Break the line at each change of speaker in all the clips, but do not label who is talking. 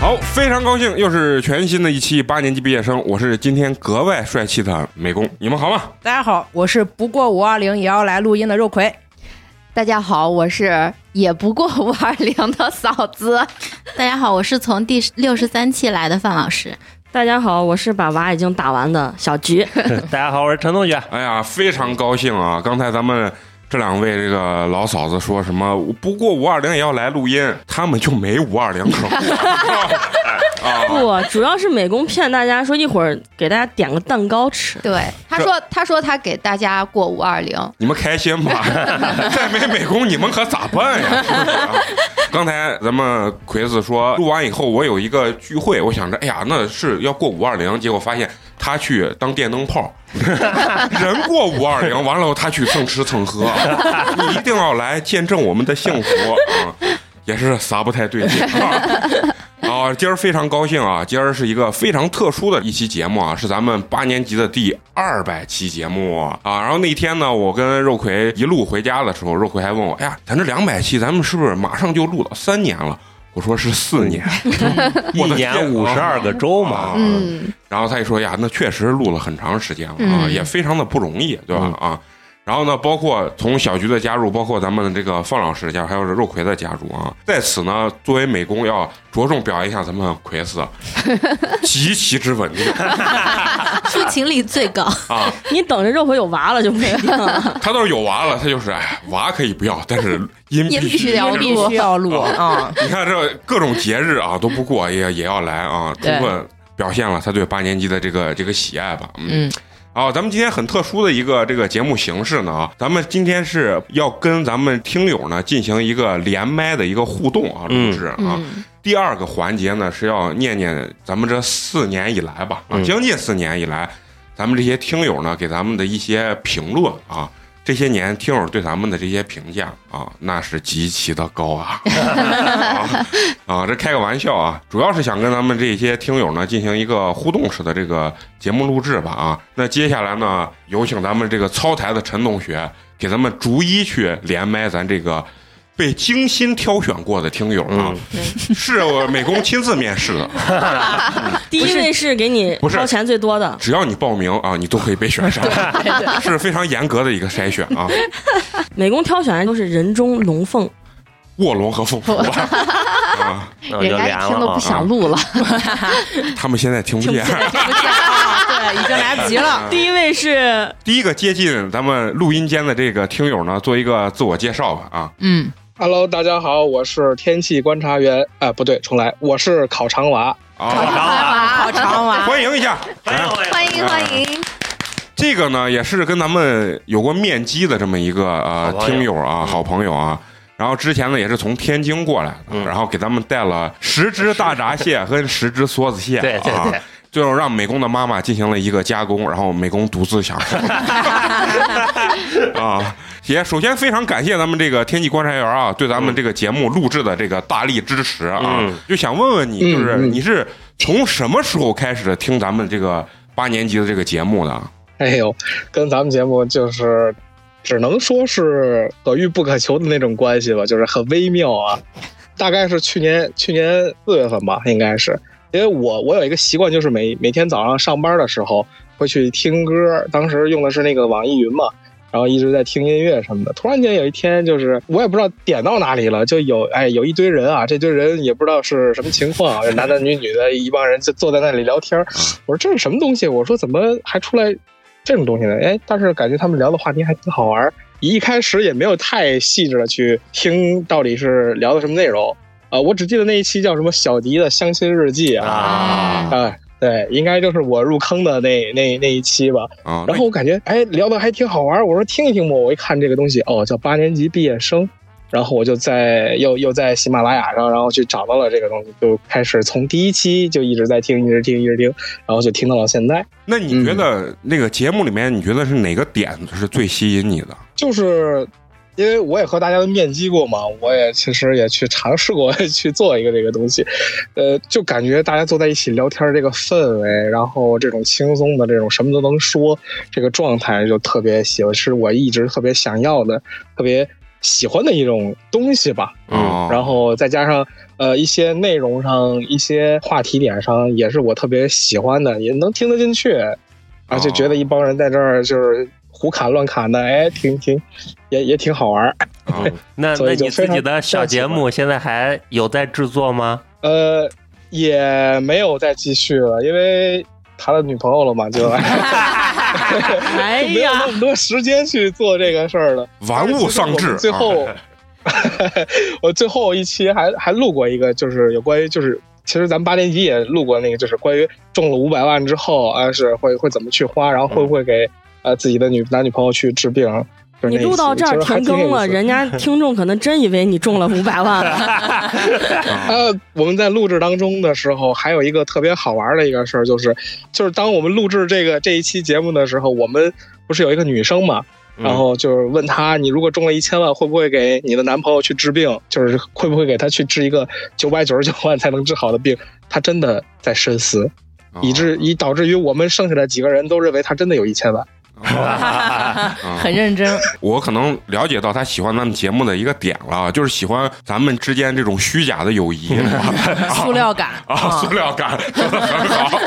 好，非常高兴，又是全新的一期八年级毕业生，我是今天格外帅气的美工，你们好吗？
大家好，我是不过五二零也要来录音的肉葵。
大家好，我是 也不过五二零的嫂子。
大家好，我是从第六十三期来的范老师。
大家好，我是把娃已经打完的小菊。
大家好，我是陈同学。
哎呀，非常高兴啊！刚才咱们这两位这个老嫂子说什么？不过五二零也要来录音，他们就没五二零 可过啊！
不，主要是美工骗大家说一会儿给大家点个蛋糕吃。
对，他说他说他给大家过五二零，
你们开心 吧？再没美工，你们可咋办呀？是不是啊？刚才咱们葵子说录完以后，我有一个聚会，我想着，哎呀，那是要过五二零，结果发现他去当电灯泡，人过五二零，完了后他去蹭吃蹭喝，你一定要来见证我们的幸福啊！也是啥不太对劲啊。 啊，今儿非常高兴啊！今儿是一个非常特殊的一期节目啊，是咱们八年级的第二百期节目啊。然后那天呢，我跟肉葵一路回家的时候，肉葵还问我：“哎呀，咱这两百期，咱们是不是马上就录到三年了？”我说是四年，
一年五十二个周嘛。
嗯。然后他一说：“呀，那确实录了很长时间了啊，也非常的不容易，对吧？啊。”然后呢，包括从小菊的加入，包括咱们这个范老师的加入，还有肉葵的加入啊，在此呢，作为美工要着重表扬一下咱们葵子，啊极其之稳定
抒情力最高，
啊。
你等着，这回有娃了就不一样 了。
他倒是有娃了，他就是哎，娃可以不要，但是音
音
必
必须得要
录
必须要 录啊！
你看这各种节日啊都不过，也也要来啊，充
对
分表现了他对八年级的这个这个喜爱吧。嗯。
嗯，
啊，咱们今天很特殊的一个这个节目形式呢啊，咱们今天是要跟咱们听友呢进行一个连麦的一个互动啊，录
嗯
制啊。第二个环节呢是要念念咱们这四年以来吧，啊，
嗯
将近四年以来，咱们这些听友呢给咱们的一些评论啊。这些年，听友对咱们的这些评价啊，那是极其的高啊！啊啊，这开个玩笑啊，主要是想跟咱们这些听友呢进行一个互动式的这个节目录制吧啊。那接下来呢，有请咱们这个操台的陈同学给咱们逐一去连麦咱这个被精心挑选过的听友啊，
嗯
是我美工亲自面试的，
第一位是给你
不是
掏钱最多的，
只要你报名啊，你都可以被选上，是非常严格的一个筛选啊。
美工挑选的都是人中龙凤。
卧龙和凤雏啊，啊
那我就
人家
连
一听都
了
不
啊。
想录了。
他们现在 听不见。
对，已经来不及了。
第一位是
第一个接近咱们录音间的这个听友呢，做一个自我介绍吧啊。
嗯，
Hello，大家好，我是天气观察员，啊、不对，重来，我是烤肠娃。
啊，
好长娃，
欢迎一下，哎
欢迎欢迎，
这个呢也是跟咱们有过面基的这么一个呃
好朋友嗯
听友啊，好朋友啊。然后之前呢也是从天津过来的，
嗯
然后给咱们带了十只大闸蟹和十只梭子蟹，
对对
啊
对，
最后让美工的妈妈进行了一个加工，然后美工独 自享受。啊，也首先非常感谢咱们这个天气观察员啊，对咱们这个节目录制的这个大力支持啊，
嗯
就想问问你，就是
嗯嗯
你是从什么时候开始听咱们这个八年级的这个节目的？
哎呦，跟咱们节目就是，只能说是可遇不可求的那种关系吧，就是很微妙啊。大概是去年去年四月份吧，应该是，因为我我有一个习惯，就是每每天早上上班的时候会去听歌，当时用的是那个网易云嘛。然后一直在听音乐什么的，突然间有一天，就是我也不知道点到哪里了，就有哎有一堆人啊，这堆人也不知道是什么情况，啊男男女女的一帮人就坐在那里聊天儿。我说这是什么东西？我说怎么还出来这种东西呢？哎，但是感觉他们聊的话题还挺好玩儿。一开始也没有太细致的去听到底是聊的什么内容啊、我只记得那一期叫什么小迪的相亲日记啊，
啊，
啊、对，应该就是我入坑的那那那一期吧。
啊，
然后我感觉哎聊的还挺好玩儿，我说听一听吧。我一看这个东西哦，叫八年级毕业生，然后我就在又又在喜马拉雅上，然后去找到了这个东西，就开始从第一期就一直在听，一直听，一直听，然后就听到了现在。
那你觉得那个节目里面，你觉得是哪个点是最吸引你的？
就是因为我也和大家面基过嘛，我也其实也去尝试过去做一个这个东西，呃，就感觉大家坐在一起聊天儿这个氛围，然后这种轻松的这种什么都能说这个状态，就特别喜欢，是我一直特别想要的，特别喜欢的一种东西吧。
哦
然后再加上呃，一些内容上、一些话题点上，也是我特别喜欢的，也能听得进去，啊，就
哦
觉得一帮人在这儿就是胡侃乱侃的，哎，挺挺，也也挺好玩 儿。
啊
哦那
所
那
以就
你自己
非常
的小节目现在还有在制作吗？
呃，也没有再继续了，因为谈了女朋友了 嘛，就
哎
没有
呀，
那么多时间去做这个事儿了。
哎
玩物丧志。
最 后
啊，
我最后一期还还录过一个，就是有关于就是。其实咱们八年级也录过那个，就是关于中了五百万之后啊，是会会怎么去花，然后会不会给呃自己的女男女朋友去治病。就是那
你
一期
录到这儿
其实还
停
挺有
更
意
了，
思的
人家 听众可能真以为你中了五百万了。
呃，我们在录制当中的时候，还有一个特别好玩的一个事儿，就是就是当我们录制这个这一期节目的时候，我们不是有一个女生嘛，然后就是问她，你如果中了一千万，会不会给你的男朋友去治病？就是会不会给他去治一个九百九十九万才能治好的病？她真的在深思，以致以导致于我们剩下的几个人都认为她真的有一千万。
很认真，
嗯我可能了解到他喜欢咱们节目的一个点了，啊就是喜欢咱们之间这种虚假的 友谊，
塑料感
啊，塑料感说的很好，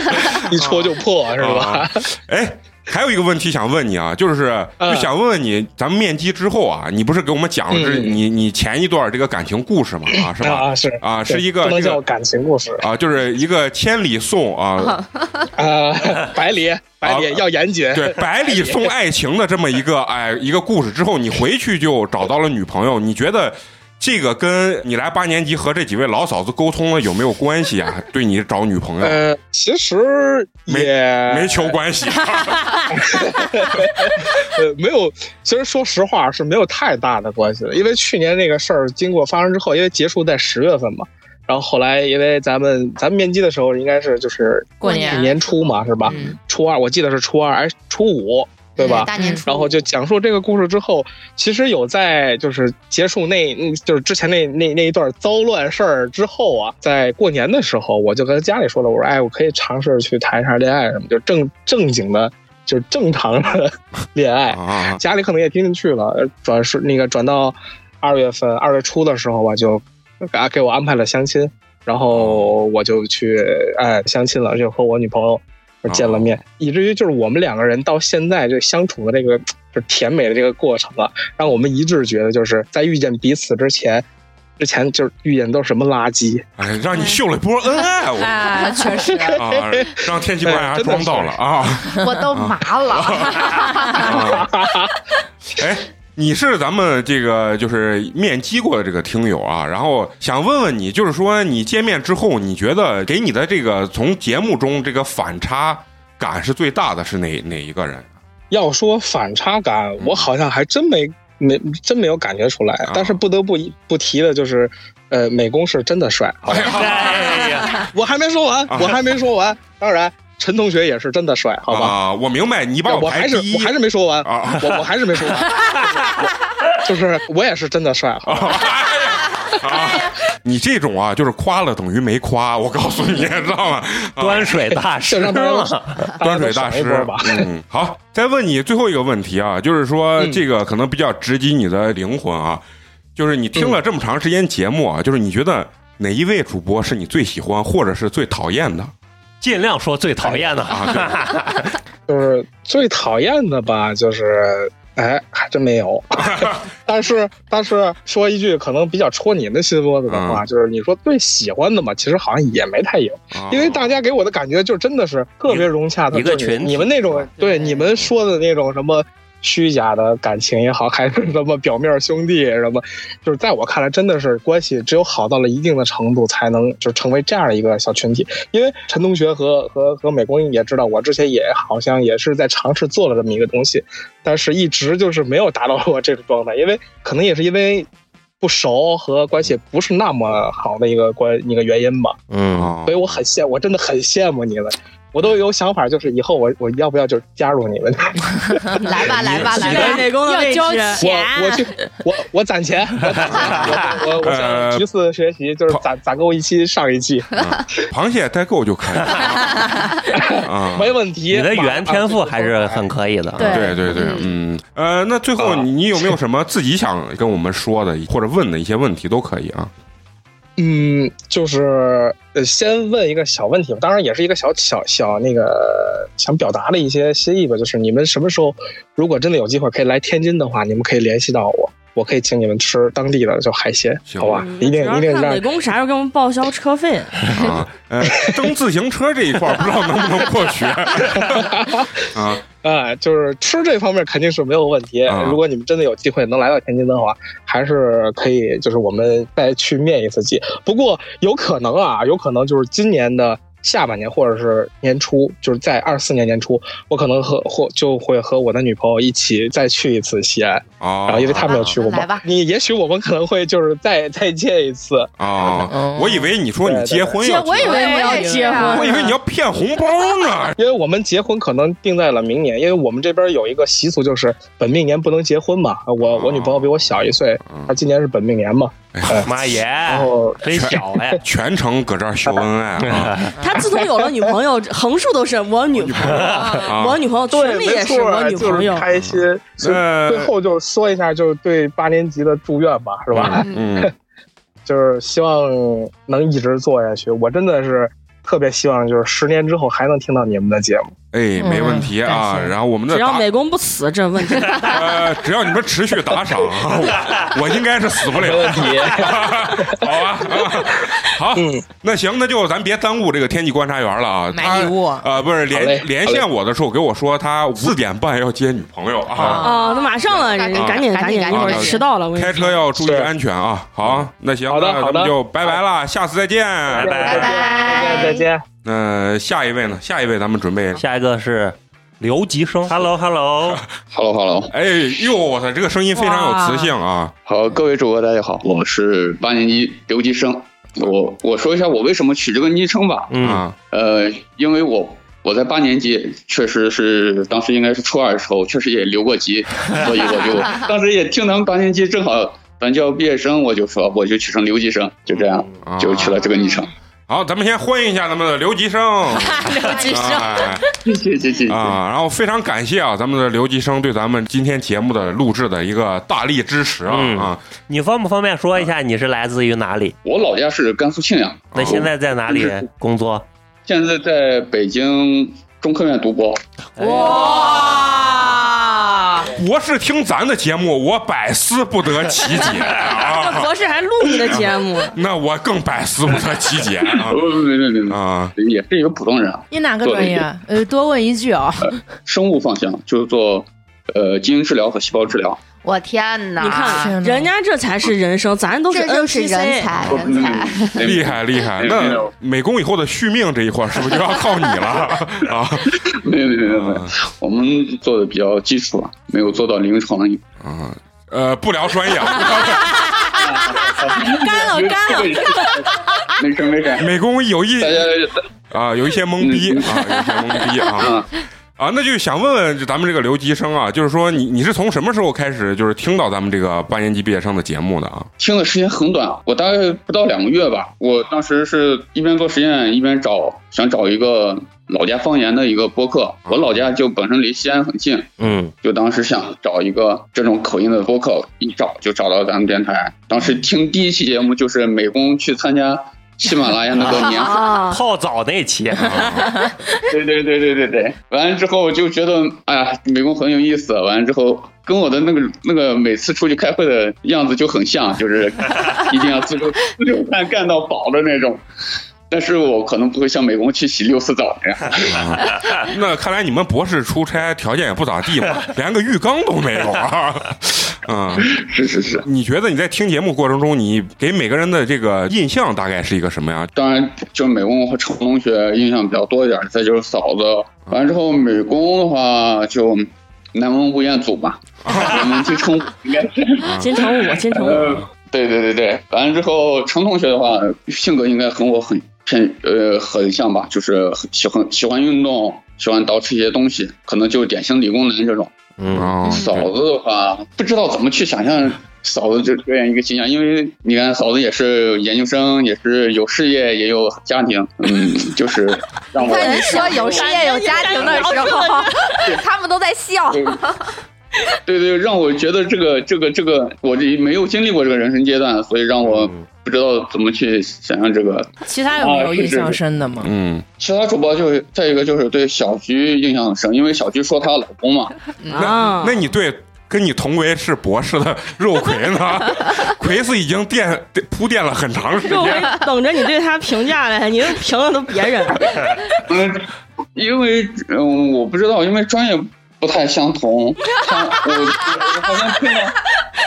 一戳就破，是吧？
啊？哎。还有一个问题想问你啊，就是就
嗯
想问问你，咱们面基之后啊，你不是给我们讲了这
嗯
你你前一段这个感情故事嘛啊是
啊
吧？
啊是
啊是
对
一个
不能
这个
叫感情故事
啊，就是一个千里送
嗯
啊，
啊，百里百里要严谨，
对，百里送爱情的这么一个哎一个故事之后，你回去就找到了女朋友，你觉得这个跟你来八年级和这几位老嫂子沟通了有没有关系啊？对你找女朋友
呃，其实也
没求关系，
呃没有，其实说实话是没有太大的关系的，因为去年那个事儿经过发生之后，因为结束在十月份嘛，然后后来因为咱们咱们面基的时候应该是就是
过年
年初嘛是吧？
嗯
初二我记得是初二哎初五对吧？
大年初五，
然后就讲述这个故事之后，其实有在就是结束那嗯就是之前那那那一段糟乱事儿之后啊，在过年的时候，我就跟家里说了，我说哎，我可以尝试去谈一下恋爱什么，就正正经的，就是正常的 恋爱。
啊，
家里可能也听进去了，呃转是那个转到二月份二月初的时候吧，就给啊给我安排了相亲，然后
哦
我就去哎相亲了，就和我女朋友见了
哦
面，以至于就是我们两个人到现在这相处的这个就是甜美的这个过程啊，让我们一致觉得就是在遇见彼此之前。之前就是遇见都是什么垃圾，
哎，让你秀了一波恩爱，
哦
我
啊，确实，
啊，让天气办牙
呃哎真的
装
是
到了啊。
我都麻了。
啊， 哎，你是咱们这个就是面基过的这个听友啊，然后想问问你，就是说你见面之后，你觉得给你的这个从节目中这个反差感是最大的是哪哪一个人？
要说反差感，
嗯
我好像还真没没真没有感觉出来。
啊
但是不得不一不提的就是，呃，美工是真的帅，好像
哎呀， 啊
我还没说完，我还没说完。当然，陈同学也是真的帅，好吧？
啊，我明白，你把
我
排
还
第
是
一，
我还是没说完，
啊
我我还是没说完， 就是我就是我也是真的帅，好吧？
哦啊，你这种啊，就是夸了等于没夸，我告诉你，知道吗？啊
端水大师
就让大
嘛，
家
端水大
家都爽一
师
波吧。
嗯，好，再问你最后一个问题啊，就是说
嗯
这个可能比较直击你的灵魂啊，就是你听了这么长时间节目啊，就是你觉得哪一位主播是你最喜欢或者是最讨厌的
尽量说最讨厌的
啊？对
就是最讨厌的吧，就是哎，还真没 有。但是但是说一句可能比较戳你们心窝子的
嗯
话，就是你说最喜欢的嘛，其实好像也没太有，
啊
因为大家给我的感觉就真的是特别融洽的
一个
就是
一个群体
你们那种对你们说的那种什么。虚假的感情也好，还是什么表面兄弟什么，就是在我看来，真的是关系只有好到了一定的程度，才能就成为这样的一个小群体。因为陈同学和和和美工也知道，我之前也好像也是在尝试做了这么一个东西，但是一直就是没有达到过这个状态，因为可能也是因为不熟和关系不是那么好的一个关一个原因吧。
嗯，
啊
所以我很羡，我真的很羡慕你们，我都有想法，就是以后我我要不要就加入你 们？
来 吧，来吧，来
取代
吧，
美工的位置，
要交
我我去，我我攒钱，我攒钱我我我
呃
想橘子学习，就是攒攒够一期上一期，
螃蟹代购就可以了啊。
没问题。
你的语言天赋还是很可以的。
对
对对对，嗯，呃，那最后
啊
你有没有什么自己想跟我们说的或者问的一些问题都可以啊？
嗯，就是呃，先问一个小问题吧，当然也是一个小小小那个想表达的一些心意吧，就是你们什么时候如果真的有机会可以来天津的话，你们可以联系到我，我可以请你们吃当地的就海鲜，
行
好吧？一定
嗯主要
一定
看
让
美工啥时候给我们报销车费？
啊，呃，蹬自行车这一块儿不知道能不能过 去 啊？
哎，就是吃这方面肯定是没有问题。
啊
如果你们真的有机会能来到天津的话，还是可以，就是我们再去面一次季。不过有可能啊，有可能就是今年的下半年或者是年初，就是在二四年年初，我可能和或就会和我的女朋友一起再去一次西安，
啊，
然后因为她没有去过
来
嘛
吧，
你也许我们可能会就是再再见一次。
啊
哦，
我以为你说你结婚
姐，
要去，
我以为我要啊结
我
我
婚，
以为你要骗红包 呢。
因为我们结婚可能定在了明年，因为我们这边有一个习俗，就是本命年不能结婚嘛。我
哦
我女朋友比我小一岁，她今年是本命年嘛，
哎
妈耶，
然后
真小哎！
哦全程搁这儿秀恩爱啊！
他自从有了女朋友，横竖都是我女朋友，
啊
我女朋友
对，
群里
没
也
错啊
是我，女
就
朋
是
友。
开心。所以最
那
后就说一下，就是对八年级的祝愿吧，是吧？
嗯，
就是希望能一直做下去。我真的是特别希望，就是十年之后还能听到你们的节目。
哎，没问
嗯
题啊。然后我们的
只要
打
美工不死，这问题啊
呃，只要你们持续打赏，啊我我应该是死不了。 好啊，啊好，那行，那就咱别耽误这个天气观察员了啊。
买礼物
啊，呃不是
好嘞
连连
好嘞
线我的时候给我说他四点半要接女朋友啊，
啊，那马上了，
赶
你
紧
赶紧
赶
赶
紧
紧，一会
赶
儿
紧
迟到了。我跟你
开
说嗯
车要注意
是
安全啊。好，那行，
好的
那
好
咱
的
们就拜拜啦，下次再见，
拜拜
拜拜，
再见。
那下一位呢？下一位咱们准备。
下一个是留级生，Hello Hello，
Hello Hello，
哎呦，我操！这个声音非常有磁性啊！
好，各位主播大家好，我是八年级留级生。我我说一下我为什么取这个昵称吧。
嗯，
啊，
呃，因为我我在八年级确实是当时应该是初二的时候，确实也留 过级，所以我就当时也听他们八年级正好咱叫毕业生，我就说我就取成留级生，就这样
啊
就取了这个昵称。
好，咱们先欢迎一下咱们的留级生。
留级生，
哎
谢谢谢谢。
啊，然后非常感谢啊，咱们的留级生对咱们今天节目的录制的一个大力支持啊、
嗯
啊！
你方不方便说一下你是来自于哪里？
我老家是甘肃庆阳，
那现在在哪里工作？
现在在北京中科院读博。
哇，
博士听咱的节目，我百思不得其解
这
啊，
博士还录你的节目，
那我更百思不得其解啊
不不不不不
啊！
不，也是一个普通人啊。
你哪个专业？呃，多问一句啊、
生物方向，就是做呃基因治疗和细胞治疗。
我天哪！
你
天哪
看人家这才是人生，咱都是
这就是人
NPC。
才，
不
人才。
厉害厉害！
没 有没
那
有
美工以后的续命这一块儿是不是就要靠你了啊？
没有没有没有没有，我们做的比较基础啊，没有做到临床。
啊，呃，不聊专业了，
干了干了，
没事没事，
美工有一
大家嗯
啊，有一些懵逼啊，有一些懵逼 啊。啊，那就想问问，就咱们这个留级生啊，就是说你你是从什么时候开始，就是听到咱们这个八年级毕业生的节目的啊？
听的时间很短，我大概不到两个月吧。我当时是一边做实验，一边找想找一个老家方言的一个播客。我老家就本身离西安很近，
嗯，
就当时想找一个这种口音的播客，一找就找到咱们电台。当时听第一期节目就是美工去参加喜马拉雅那个年会，
啊，
泡澡那期，
对对对对对对。完了之后我就觉得，哎呀，美工很有意思。啊完了之后，跟我的那个那个每次出去开会的样子就很像，就是一定要自助自助饭干到饱的那种。但是我可能不会像美工去洗六次澡那 样。
啊那看来你们博士出差条件也不咋地 嘛，连个浴缸都没有啊。嗯，
是是是。
你觉得你在听节目过程中，你给每个人的这个印象大概是一个什么呀？
当然，就是美工和成龙同学印象比较多一点，再就是嫂子。完了之后，美工的话就南翁吴彦祖嘛，我们去称呼
嗯
应该是。
金城武，金城武，
呃，对对对对，完了之后，程同学的话，性格应该和我很偏呃很像吧，就是很喜欢喜欢运动，喜欢捯饬一些东西，可能就是典型理工男这种。
嗯，
啊，
嫂子的话，不知道怎么去想象嫂子这这样一个形象，因为你看嫂子也是研究生，也是有事业，也有家庭，嗯，就是让 我
看人说有事业有家庭的时候，他们都在笑。
对对对，让我觉得这个这个这个，我这没有经历过这个人生阶段，所以让我不知道怎么去想象这个。
其他有没有
啊是
印象
是是
深的吗？
嗯，
其他主播就是再一个就是对小菊印象很深，因为小菊说她老公嘛，
嗯
啊
那那你对跟你同为是博士 的肉葵呢？葵是已经垫铺垫了很长时
肉
间，
我等着你对他评价来，你就评的都 别人。
嗯，因为嗯我不知道，因为专业不太相同，像我我好像听到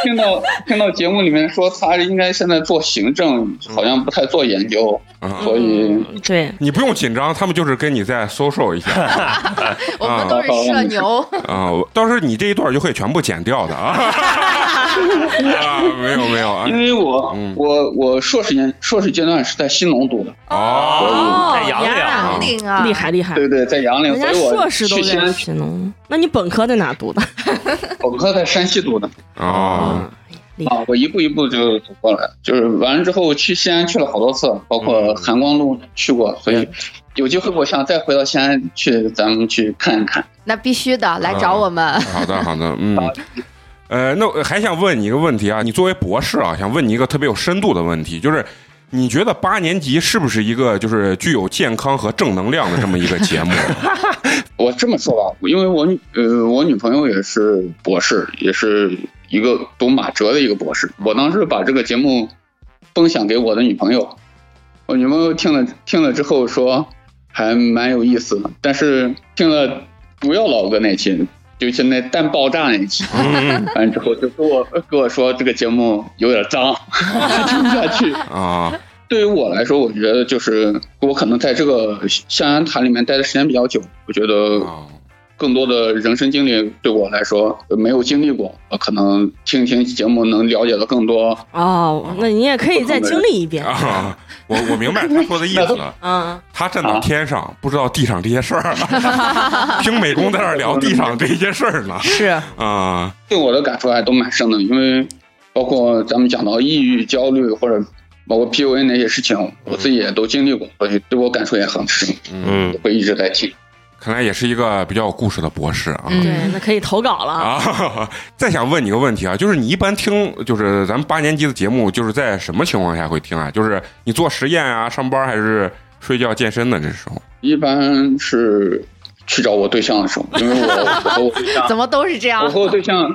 听到 听到节目里面说她应该现在做行政，好像不太做研究，
嗯
所以
对，
你不用紧张，他们就是跟你在 social 一下
我们都是社牛，
啊。到时候你这一段就会全部剪掉的啊。 啊，没有没有啊
因，为我、
嗯
我我硕士年硕士阶段是在西农读的，
哦，
在杨柳
杨柳
啊
顶啊，
厉害厉害。
对对，在杨凌，
人
所
家
以我
硕士都
去西
在
安，
西农，那你本科在哪读的？
本科在山西读的
哦，
厉害
啊，我一步一步就走过来，就是完了之后去西安去了好多次，包
嗯
括含光路去过，所以有机会我想再回到西安去，咱们去看一看。
那必须的，来找我们。
好的好的，嗯。呃，那我还想问你一个问题啊，你作为博士啊，想问你一个特别有深度的问题，就是你觉得八年级是不是一个就是具有健康和正能量的这么一个节目？
我这么说吧，因为我女呃我女朋友也是博士，也是一个读马哲的一个博士，我当时把这个节目分享给我的女朋友，我女朋友听了听了之后说还蛮有意思的，但是听了不要老哥那期，就是那蛋爆炸那期，
嗯
完之后就跟我跟我说这个节目有点脏， 听不下去。
啊，
对于我来说，我觉得就是我可能在这个象牙塔里面待的时间比较久，我觉得
啊
更多的人生经历对我来说呃没有经历过，我可能听听节目能了解到更多。
哦，那你也可以再经历一 遍。
啊！我我明白他说的意思 了，
嗯，
他站到天上啊不知道地上这些事儿，啊听美工在那儿聊地上这些事儿呢
是，
啊，
对我的感触还都蛮深的，因为包括咱们讲到抑郁、焦虑或者包括 PUA 那些事情，我自己也都经历过，所以对我感触也很深，
嗯，
嗯，
会一直在听。
看来也是一个比较有故事的博士啊。
嗯
对，那可以投稿了。
啊， 再想问你个问题啊，就是你一般听，就是咱们八年级的节目，就是在什么情况下会听啊？就是你做实验啊、上班还是睡觉、健身的这时候？
一般是去找我对象的时候，因为我我和我对象，
怎么都是这样
我？和我对象，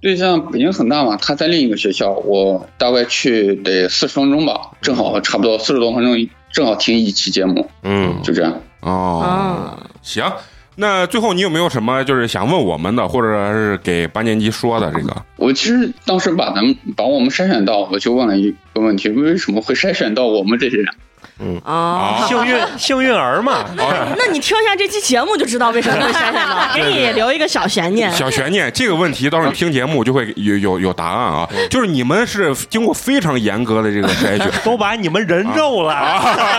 对象北京很大嘛，他在另一个学校，我大概去得四十分钟吧，正好差不多四十多分钟，正好听一期节目，
嗯，
就这样。
哦，
啊，
行，那最后你有没有什么就是想问我们的，或者是给八年级说的这个？
我其实当时把咱们把我们筛选到，我就问了一个问题：为什么会筛选到我们这些人？
哦，
啊
幸运幸运儿嘛，
哎
哦
那你听一下这期节目就知道为什么会筛选 到，给你留一个小悬念。
小悬念，这个问题到时候你听节目就会有有有答案啊！就是你们是经过非常严格的这个筛选
都把你们人肉了，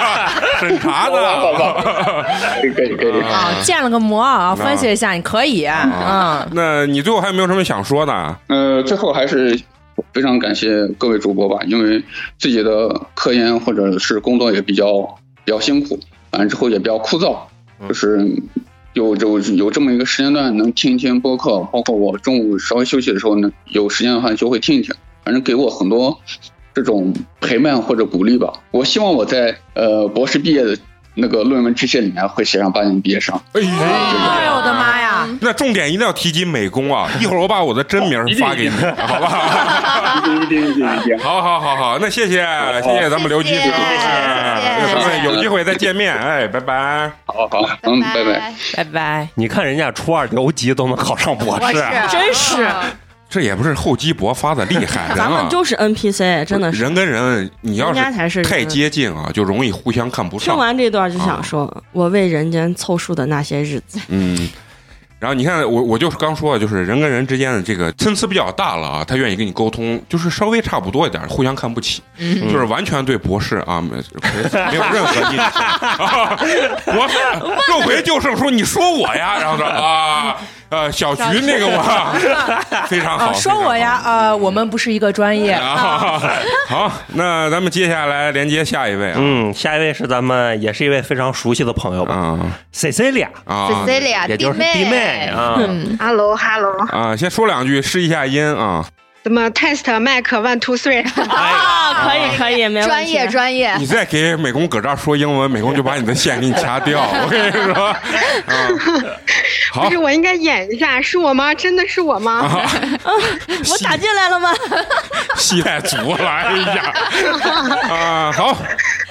审查
好吧
的。
好吧，可以可以可以。
嗯
啊，建了个模啊，分析一下，你可以啊，嗯，
那你最后还有没有什么想说的？哎
呃，最后还是非常感谢各位主播吧，因为自己的科研或者是工作也比较比较辛苦，完了之后也比较枯燥，就是有有有这么一个时间段能听一听播客，包括我中午稍微休息的时候呢，有时间的话就会听一听，反正给我很多这种陪伴或者鼓励吧。我希望我在呃博士毕业的那个论文致谢里面会写上八年毕业生。
哎呦！
哎呦我的妈呀，
嗯
那重点一定要提及美工啊！一会儿我把我的真
哦
名儿发给你，好
哦
吧？
一定一定一定一定。
好好好好，那谢谢谢谢咱们刘局长，
谢谢
哎
谢谢
咱们有机会再见面，哎，拜拜。
好好，嗯，拜拜。
拜拜。
你看人家初二留级都能考上博
我
士，
真是，啊嗯
这也不是厚积薄发的厉害，人
咱
啊
们，就是 NPC，真的是。
人跟人，你要
人家才
是
是
太
人
接近啊，就容易互相看不
听
上。
完这段就想说，我为人间凑数的那些日子，
嗯，然后你看，我我就是刚说的，就是人跟人之间的这个参差比较大了啊，他愿意跟你沟通，就是稍微差不多一点，互相看不起，
嗯
就是完全对博士啊没没有任何印象。啊、 博士，这回就剩说你说我呀，然后说啊呃小菊那个 我非常好，
啊，说我呀，呃，我们不是一个专业
非，常 好。啊，好，那咱们接下来连接下一位啊，
嗯，下一位是咱们也是一位非常熟悉的朋友吧
啊
，Cecilia，
啊嗯
Cecilia
也就是弟妹
嗯
妹，
啊，
哈喽哈喽，
啊，先说两句，试一下音啊。
什么 test Mac one two three，
啊，可以可以，没问题。
专业专业，
你再给美工搁这儿说英文，美工就把你的线给你掐掉。我跟你说， 啊，好
不 是，我应该演一下，是我吗？真的是我吗？
啊，
我打进来了吗？
戏太足了，哎呀， 啊，好，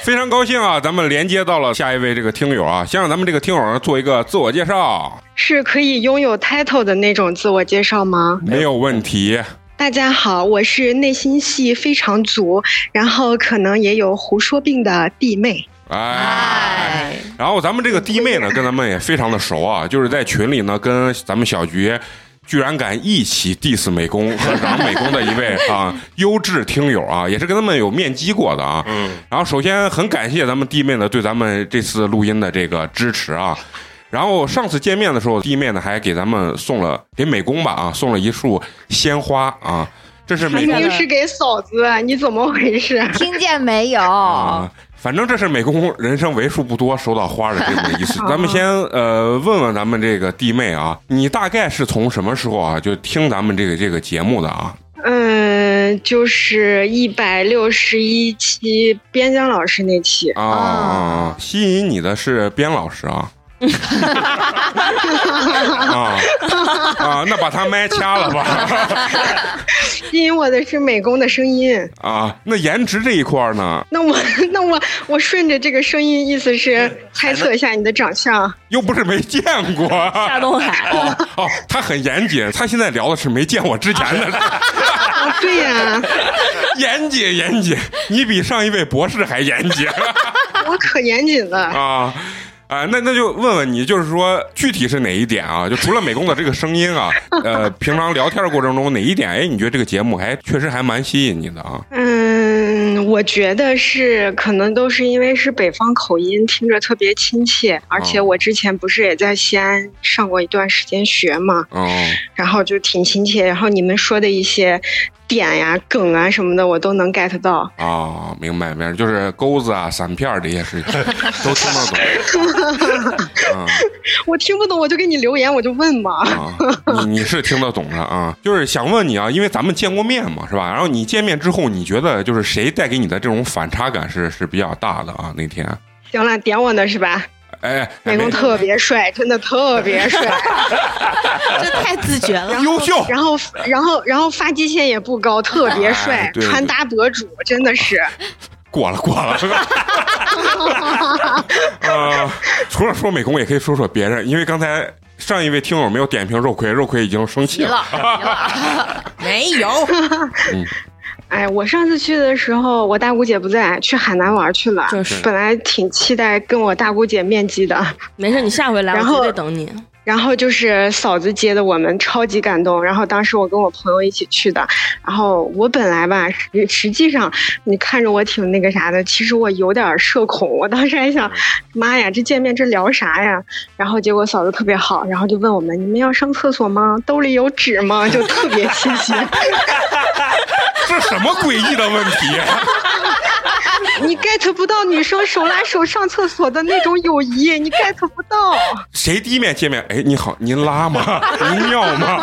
非常高兴啊，咱们连接到了下一位这个听友啊，先让咱们这个听友呢做一个自我介绍，
是可以拥有 title 的那种自我介绍吗？
没有问题。
大家好，我是内心戏非常足，然后可能也有胡说病的弟妹。
哎，然后咱们这个弟妹呢，跟咱们也非常的熟啊，就是在群里呢，跟咱们小菊居然敢一起 diss 美 工和嚷美工的一位啊优质听友啊，也是跟他们有面基过的啊。嗯，然后首先很感谢咱们弟妹呢对咱们这次录音的这个支持啊。然后上次见面的时候，弟妹呢还给咱们送了给美工吧啊，送了一束鲜花啊，这是美
肯
工
定是给嫂子，啊你怎么回事？啊
听见没有？
啊，反正这是美工人生为数不多收到花的这么一 次。咱们先
嗯
呃问问咱们这个弟妹啊，你大概是从什么时候啊就听咱们这个这个节目的啊？
嗯，就是一百六十一期边疆老师那期，
啊，吸引你的是边老师 啊。啊 啊，那把他麦掐了吧！
吸引我的是美工的声音。
啊，那颜值这一块儿呢，
那我 那我我顺着这个声音，意思是猜测一下你的长相。
又不是没见过。
夏东海，
哦哦，他很严谨，他现在聊的是没见我之前的事。
啊，对 呀、
严谨严谨，你比上一位博士还严谨
我可严谨了。
啊！啊，那那就问问你，就是说具体是哪一点啊？就除了美工的这个声音啊，呃，平常聊天的过程中哪一点，哎，你觉得这个节目还确实还蛮吸引你的啊？
嗯，我觉得是可能都是因为是北方口音，听着特别亲切。而
哦
且我之前不是也在西安上过一段时间学嘛，
哦，
然后就挺亲切。然后你们说的一些点呀、梗啊什么的，我都能 get 到。
哦，明白明白，就是钩子啊、散片儿这些事情都听得懂。嗯
我听不懂，我就给你留言，我就问嘛。
啊，你你是听得懂的啊，就是想问你啊，因为咱们见过面嘛，是吧？然后你见面之后，你觉得就是谁带给你的这种反差感是是比较大的啊？那天，
行了，点我呢是吧？
哎，哎
美工特别帅，真的特别帅。
这太自觉了。
优秀，
然后，然后，然后发际线也不高，特别帅
哎，对
穿搭博主真的是。
过了过了。呃，除了说美工，也可以说说别人，因为刚才上一位听友没有点评肉葵，肉葵已经生气了。
没有，
哎，我上次去的时候，我大姑姐不在，去海南玩去了。
就是
本来挺期待跟我大姑姐面基的，
没事，你下回来我
然后
绝对等你。
然后就是嫂子接的我们，超级感动。然后当时我跟我朋友一起去的，然后我本来吧，实实际上你看着我挺那个啥的，其实我有点社恐。我当时还想，妈呀，这见面这聊啥呀？然后结果嫂子特别好，然后就问我们，你们要上厕所吗？兜里有纸吗？就特别亲 切。
这什么诡异的问题、 啊
你 get 不到女生手拉手上厕所的那种友谊，你 get 不到。
谁第一面见面？哎，你好，您拉吗？您尿吗？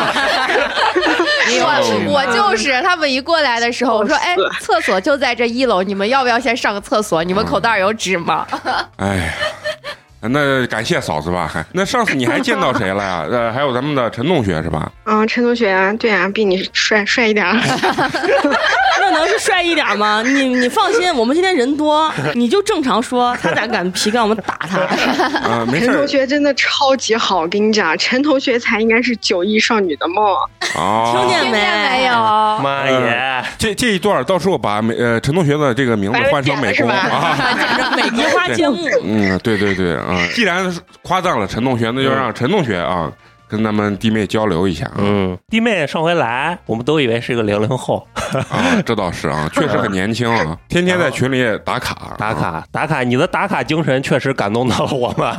我我 就是他们一过来的时候，我说哎，厕所就在这一楼，你们要不要先上个厕所？你们口袋有纸吗？
哎呀，那感谢嫂子吧。还那上次你还见到谁了呀？ 呃，还有咱们的陈同学是吧？
嗯，陈同学啊，对啊，比你帅帅一点儿。
那能是帅一点吗？你你放心，我们今天人多，你就正常说。他咋敢皮干，我们打他。
啊、没事
陈同
儿
学真的超级好，我跟你讲，陈同学才应该是九亿少女的梦。
哦
听。见
听
没？
见没有？
妈耶！
呃这这一段儿到时候把美呃陈同学的这个名字换成美工
白人 点
啊。
移花接木，
嗯，对对对啊，既然夸赞了陈同学，那就让陈同学啊跟咱们弟妹交流一下啊
嗯，弟妹上回来，我们都以为是个零零后，
啊，这倒是啊，确实很年轻啊，天天在群里打卡
打
啊
卡打卡，你的打卡精神确实感动到了我们。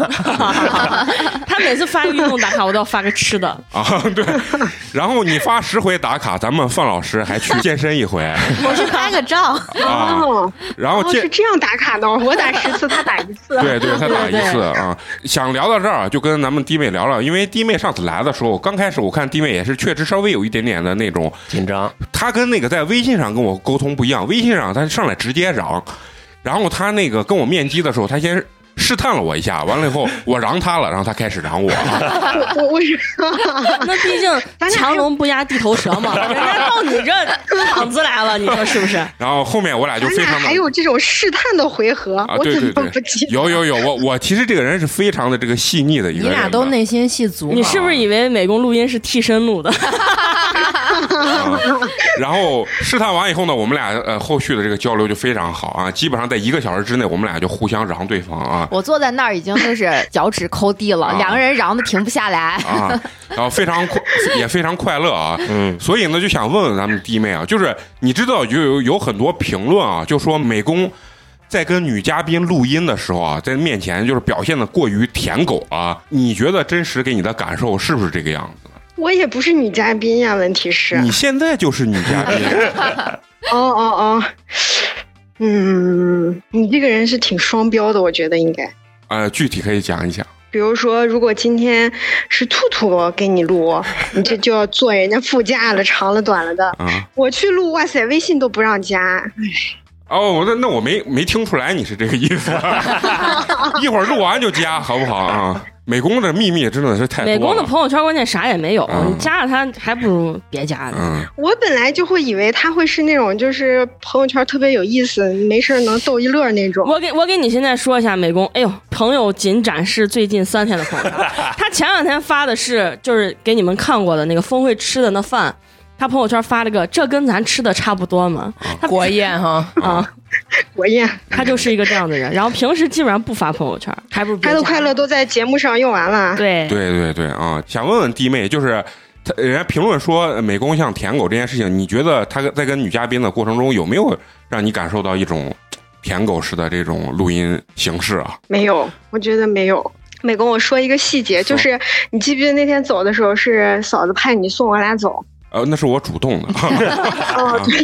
他每次发运动打卡，我都要发个吃的。
啊，对， 然后你发十回打卡，咱们范老师还去健身一回
我是拍个照，
啊，
哦，
然后
哦
健
是这样打卡的，我打十次，他打一次。
对对，他打一
对
次啊。想聊到这儿啊，就跟咱们弟妹聊聊，因为弟妹上次来的时候，刚开始我看弟妹也是确实稍微有一点点的那种，
紧张，
她跟那个在微信上跟我沟通不一样，微信上她上来直接嚷，然后她那个跟我面基的时候，她先试探了我一下，完了以后我嚷她了，然后她开始嚷我，
我我是
那毕竟
咱俩还有
强龙不压地头蛇嘛，人家到你这躺子来了，你说是不是？
然后后面我俩就非
咱俩
常的
还有这种试探的回合，
啊，
哎我
对
怎
对
么
对
不记，得？
有有有，我我其实这个人是非常的这个细腻的一个
你
人的，
俩都内心戏足嘛，
你是不是以为美工录音是替身录的？
啊， 然后试探完以后呢，我们俩呃后续的这个交流就非常好啊，基本上在一个小时之内，我们俩就互相嚷对方啊
我坐在那儿已经就是脚趾抠地了，
啊
两个人嚷的停不下来。
啊， 然后非常快 也非常快乐啊。
嗯，
所以呢，就想问问咱们弟妹啊，就是你知道就有有很多评论啊，就说美工。在跟女嘉宾录音的时候啊，在面前就是表现的过于舔狗啊，你觉得真实给你的感受是不是这个样子？
我也不是女嘉宾呀，问题 是，啊
你现在就是女嘉宾，
哦哦哦，嗯，你这个人是挺双标的，我觉得应该。
呃，具体可以讲一讲。
比如说，如果今天是兔兔给你录，你这就要坐人家副驾了，长了短了的。
啊、
我去录，哇塞，微信都不让加，
哎
哦，那那我没没听出来你是这个意思，啊一会儿录完就 加，好不好啊？美工的秘密真的是太多了。
美工的朋友圈关键啥也没有，
嗯
你加了他还不如别加呢。
嗯，
我本来就会以为他会是那种就是朋友圈特别有意思，没事儿能逗一乐那种。
我给我给你现在说一下美工，哎呦，朋友仅展示最近三天的朋友 圈。他前两天发的是就是给你们看过的那个峰会吃的那饭，他朋友圈发了个这跟咱吃的差不多嘛，
哦
他
国宴哈？
啊，
国宴，
他就是一个这样的人。然后平时基本上不发朋友圈，还不如别
他的
加
快乐都在节目上用完了。
对。
对对对啊，想问问弟妹，就是他人家评论说呃美工像舔狗这件事情，你觉得他在跟女嘉宾的过程中有没有让你感受到一种舔狗式的这种录音形式啊？
没有，我觉得没有。美工，我说一个细节，
说
就是你记不记得那天走的时候是嫂子派你送我俩走？
呃，那是我主动 的，啊
哦，对，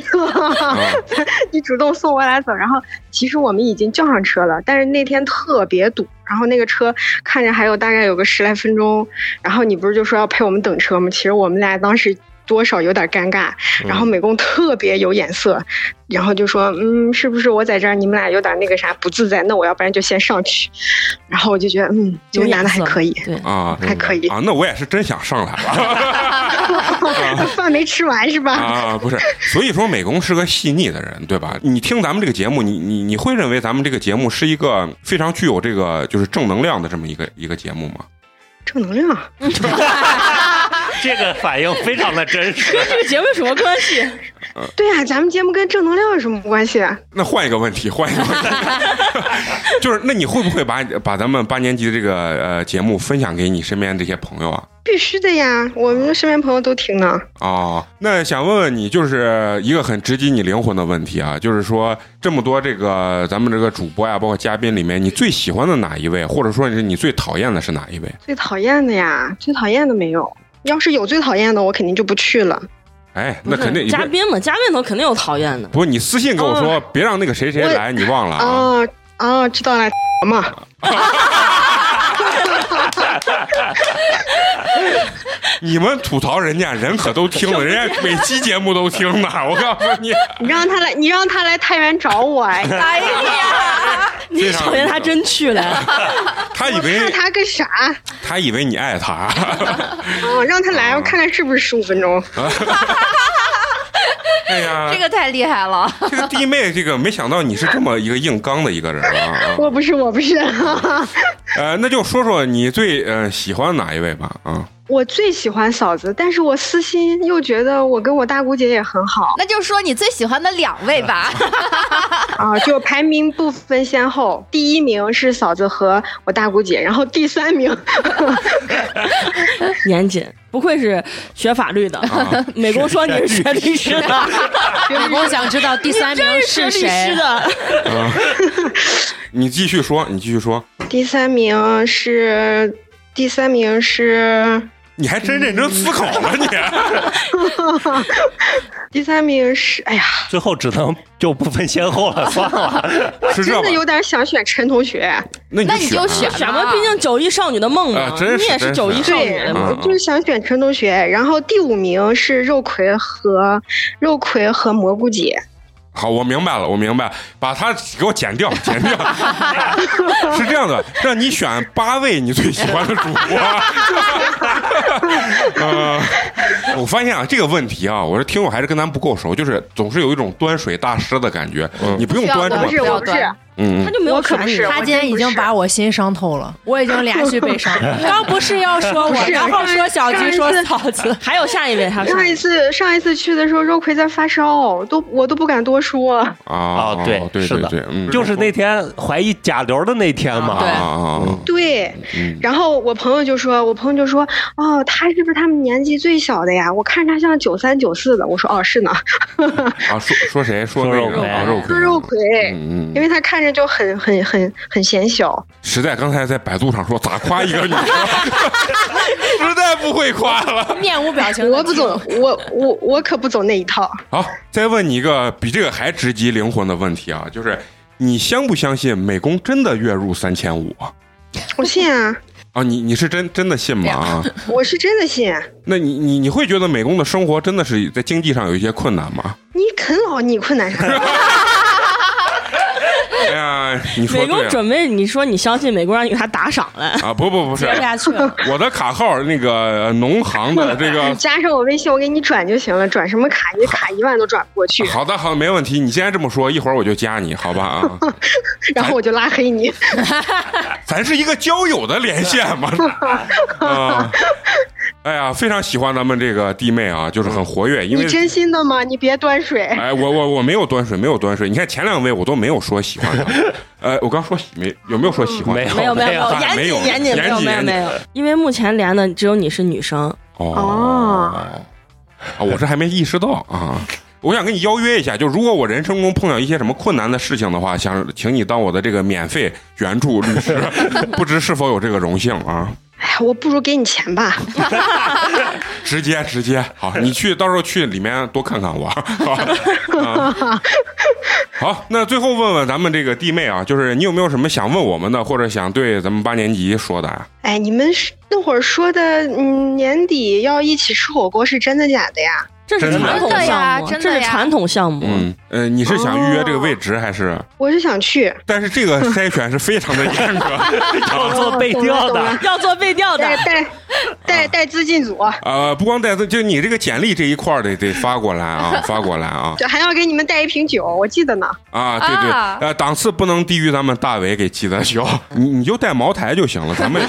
你主动送我俩走。然后其实我们已经叫上车了，但是那天特别堵，然后那个车看着还有大概有个十来分钟。然后你不是就说要陪我们等车吗？其实我们俩当时。多少有点尴尬，
嗯
然后美工特别有眼色，然后就说：“嗯，是不是我在这儿，你们俩有点那个啥不自在？那我要不然就先上去。”然后我就觉得，嗯，这
有
个
眼
男的还
色
可以，
对，
啊
还可以，
啊，那我也是真想上来了
饭没吃完是吧？
啊，不是，所以说美工是个细腻的人，对吧？你听咱们这个节目，你你你会认为咱们这个节目是一个非常具有这个就是正能量的这么一个一个节目吗？
正能量，
这个反应非常的真实。
跟这个节目有什么关系？
对啊，咱们节目跟正能量有什么关系？啊？
那换一个问题，换一个问题， 就是那你会不会把把咱们八年级的这个呃节目分享给你身边这些朋友啊？
必须的呀，我们身边朋友都听呢。
哦，那想问问你，就是一个很直击你灵魂的问题啊，就是说这么多这个咱们这个主播呀、包括嘉宾里面，你最喜欢的哪一位，或者说是你最讨厌的是哪一位？
最讨厌的呀，最讨厌的没有。要是有最讨厌的，我肯定就不去了。
哎，那肯定
不是嘉宾嘛，哦嘉宾头肯定有讨厌的。
不是你私信跟我说，别让那个谁谁来，你忘了啊？
哦哦，知道了，嘛，
你们吐槽人家，人可都听了，人家每期节目都听呢。 我告诉你，
你让他来，你让他来太原找我 哎，
哎呀，
你
非常
讨厌他真去了，
他以
看
为
他个啥？
他以为你爱他，
哦，让他来，我看看是不是十五分钟。
哎呀
这，个太厉害了！
这个弟妹，这个没想到你是这么一个硬刚的一个人啊。
我不是，我不是，
呃，那就说说你最呃喜欢哪一位吧啊。
我最喜欢嫂子，但是我私心又觉得我跟我大姑姐也很好
那就说你最喜欢的两位吧。
啊，就排名不分先后，第一名是嫂子和我大姑姐，然后第三 名
严谨，不愧是学法律的。
啊
美工说你是学律师 的，
美工想知道第三名
学律
谁
师？的。
你继续说，你继续说。
第三名是第三名是
你还真认真思考了你。
第三名是，哎呀，
最后只能就不分先 后了，算了。
是这
真
样
的有
吧？
点想选陈同学，
那
那
你
你就选
啊
吧
什么？毕竟九一少女的梦嘛
啊，真
你
是
也
真是
九一少女
对
的，梦。啊
嗯
我就是想选陈同学。然后第五名是肉葵和肉葵和蘑菇姐，
好，我明白了，我明白了，把它给我剪掉，剪掉。 是这样的，让你选八位你最 喜欢的主 播。 呃，我发现啊，这个问题啊，我是听友还是跟咱不够熟，就是总是有一种端水大师的感觉。你不用端这
我
么
不是，
不要
我不是，
断
嗯，
他
嗯
就没有
我可
选
不
你
是，
他
我
今天
真
已
不
经
是
把我心伤透了，我已经连续被伤。 刚不是要说我，
是
然后说小
上
鸡，
一
说
次
嫂子，
还有下一位，他说
上一次上一次去的时候，肉葵在发烧，都我都不敢多说。
啊，
哦，对
对，对
是
对
的
对，嗯，
就是那天怀疑甲流的那天嘛。
啊啊啊，啊
对，
嗯
然后我朋友就说，我朋友就说，哦，他是不是他们年纪最小的呀？我看着他像九三九四的。我说，哦，是呢，
啊，说说谁？说那
说肉
个
葵
啊肉葵，
说肉葵，
嗯嗯
因
嗯，
为他看着就很很很很显小。
实在刚才在百度上说咋夸一个女生， 实在不会夸了。
面无表情。
我不走，我我我可不走那一套。
好，再问你一个比这个还直击灵魂的问题啊，就是你相不相信美工真的月入三千五啊？
我信啊，
啊，你你是真真的信吗？啊，
我是真的信。
那你你你会觉得美工的生活真的是在经济上有一些困难吗？
你啃老，你困难啥？
哎呀， 你说
美工
对了
准备，你说你相信美工，让你给他打赏了。
啊，不不不是
接，下去了，
我的卡号那个呃农行的这个
你 加上我微信，我给你转就行了。转什么卡？你卡一万都转不过去，
好的，好的，没问题。你既然这么说，一会儿我就加你，好吧？啊，
然后我就拉黑你。
咱是一个交友的连线嘛。 啊， 哎呀，非常喜欢咱们这个弟妹啊，就是很活跃，因为
你。真心的吗？你别端水。
哎，我我我没有端水，没有端水。你看前两位我都没有说喜欢 的，呃，我刚说喜没有没有说喜欢的？
没有
没有没有
有
严
没有
谨严谨
严
没有
谨
没有
严谨啊
没有，因为目前连的只有你是女生，
哦
哦，
啊，我是还没意识到啊。我想跟你邀约一下，就如果我人生中碰到一些什么困难的事情的话，想请你当我的这个免费援助律师， 不知是否有这个荣幸啊？
哎，我不如给你钱吧。
直接直接，好，你去到时候去里面多看看我。好 啊好，那最后问问咱们这个弟妹啊，就是你有没有什么想问我们的，或者想对咱们八年级说的啊？
哎，你们是那会儿说的，嗯，年底要一起吃火锅，是真的假的呀？
这是
真的
传统项目，
真的呀真
这
的呀
是传统项目。
嗯，呃，你是想预约这个位置还是？
我是想去，
但是这个筛选是非常的严格
要 做背调
哦懂了懂了
的，
要做背调的，
带带带带资进组，
呃，不光带资，就你这个简历这一块儿得得发过来啊，发过来啊
这还要给你们带一瓶酒，我记得呢。
啊，对对
啊，
呃，档次不能低于咱们大伟给记的小，你你就带茅台就行了，咱 们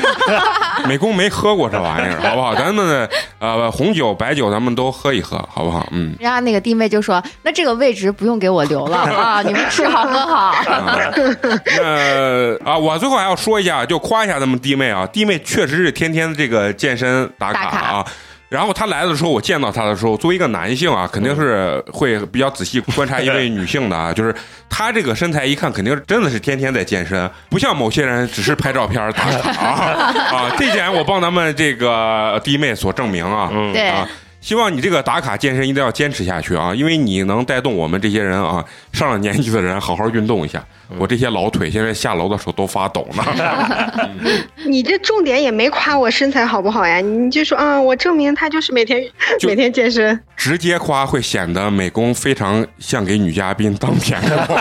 美工没喝过这玩意儿，好不好？咱们的呃红酒、白酒咱们都喝一喝，好不好？嗯。
人家那个弟妹就说：“那这个位置不用给我留 了啊，你们吃好喝 好。
啊，那啊，我最后还要说一下，就夸一下咱们弟妹啊，弟妹确实是天天这个健身打卡
打卡
啊。然后她来的时候，我见到她的时候，作为一个男性啊，肯定是会比较仔细观察一位女性的啊。就是她这个身材一看，肯定是真的是天天在健身，不像某些人只是拍照片儿打卡啊啊。这点我帮咱们这个呃弟妹所证明啊。
嗯，
对
啊，希望你这个打卡健身一定要坚持下去啊，因为你能带动我们这些人啊，上了年纪的人好好运动一下。我这些老腿现在下楼的时候都发抖呢。
你这重点也没夸我身材好不好呀？你就说啊、我证明他就是每天
就
每天健身。
直接夸会显得美工非常像给女嘉宾当舔狗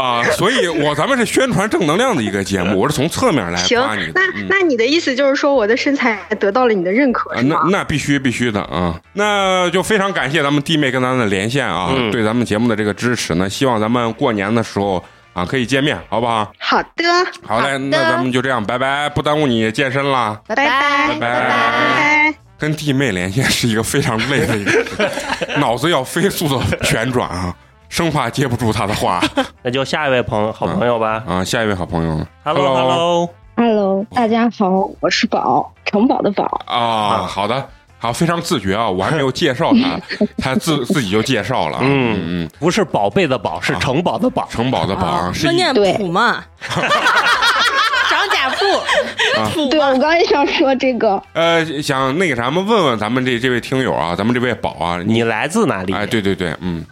啊，所以我咱们是宣传正能量的一个节目，我是从侧面来
行
夸你，的
那。
嗯
那你的意思就是说我的身材得到了你的认可
啊，
是
那
吗？
那必须必须的啊！那就非常感谢咱们弟妹跟咱们的连线啊，
嗯
对咱们节目的这个支持呢，希望咱们过年的时候啊可以见面，好不好？
好的，
好嘞，
好的
那咱们就这样，拜拜，不耽误你健身啦。
拜
拜
拜拜
拜。
跟弟妹连线是一个非常累的一个事情，脑子要飞速的旋转啊，生怕接不住她的话
那就下一位朋友，好朋友吧。
啊。下一位好朋友
Hello Hello，
Hello，大家好，我是宝，城堡的宝。
啊，好的。好，非常自觉啊！我还没有介绍她， 她自自己就介绍了啊。
嗯
嗯，
不是宝贝的宝，是城堡的宝。
啊城堡的宝
啊
啊，是
说
一
念
对
普嘛，
长甲铺，
啊
对，我刚也 想说这个，
呃，想那个什么，问问咱们这这位听友啊，咱们这位宝啊，你
来自哪里？
哎，对对对，嗯，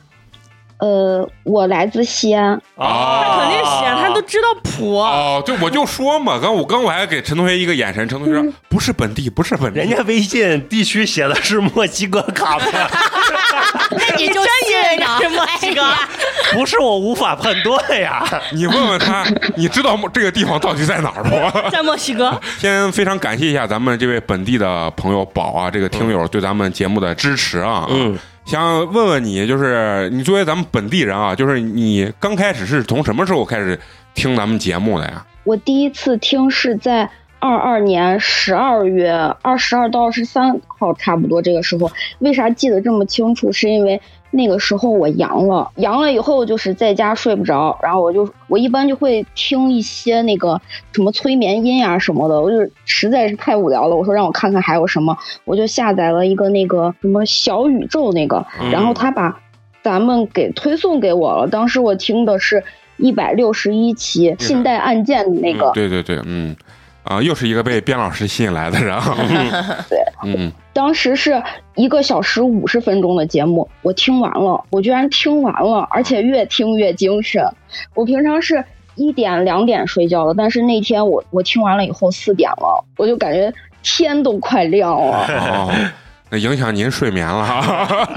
呃，我来自西安，
啊，
肯定是啊，他都知道谱。
哦，对，我就说嘛，刚我刚我还给陈同学一个眼神，陈同学说不是本地，不是本
嗯
地，
人家微信地区写的是墨西哥卡吗？
那你真以为那是墨西哥？
不是我无法判断呀。
你问问他，你知道这个地方到底在哪儿不？
在墨西哥，
先非常感谢一下咱们这位本地的朋友宝啊，这个听友对咱们节目的支持啊，
嗯，
想问问你，就是你作为咱们本地人啊，就是你刚开始是从什么时候开始听咱们节目的呀？
我第一次听是在二二年十二月二十二到二十三号，差不多这个时候。为啥记得这么清楚？是因为那个时候我阳了，阳了以后就是在家睡不着，然后我就我一般就会听一些那个什么催眠音呀、什么的，我就是实在是太无聊了，我说让我看看还有什么，我就下载了一个那个什么小宇宙那个， 然后他把咱们给推送给我了。当时我听的是一百六十一期信贷案件的那个，
对对对，嗯，啊，又是一个被边老师吸引来的人啊，
对，
嗯，
当时是一个小时五十分钟的节目，我听完了，我居然听完了，而且越听越精神。我平常是一点两点睡觉的，但是那天我我听完了以后四点了，我就感觉天都快亮 了。
哦，那影响您睡眠了啊，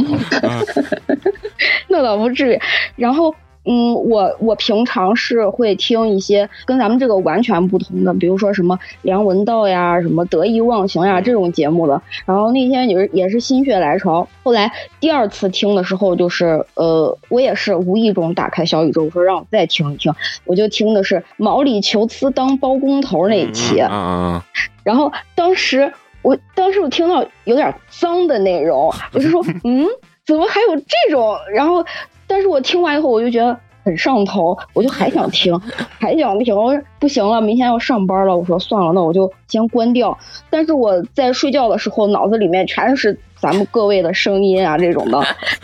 那倒不至于。然后，嗯，我我平常是会听一些跟咱们这个完全不同的，比如说什么梁文道呀、什么得意忘形呀这种节目的。然后那天也是也是心血来潮，后来第二次听的时候，就是呃，我也是无意中打开小宇宙，我说让我再听一听，我就听的是毛里求斯当包工头那一期。
嗯嗯
然后当时我当时我听到有点脏的内容，我就说嗯，怎么还有这种？然后，但是我听完以后我就觉得很上头，我就还 想听，还想听。我说不行了，明天要上班了。我说算了，那我就先关掉。但是我在睡觉的时候，脑子里面全是咱们各位的声音啊 这种的。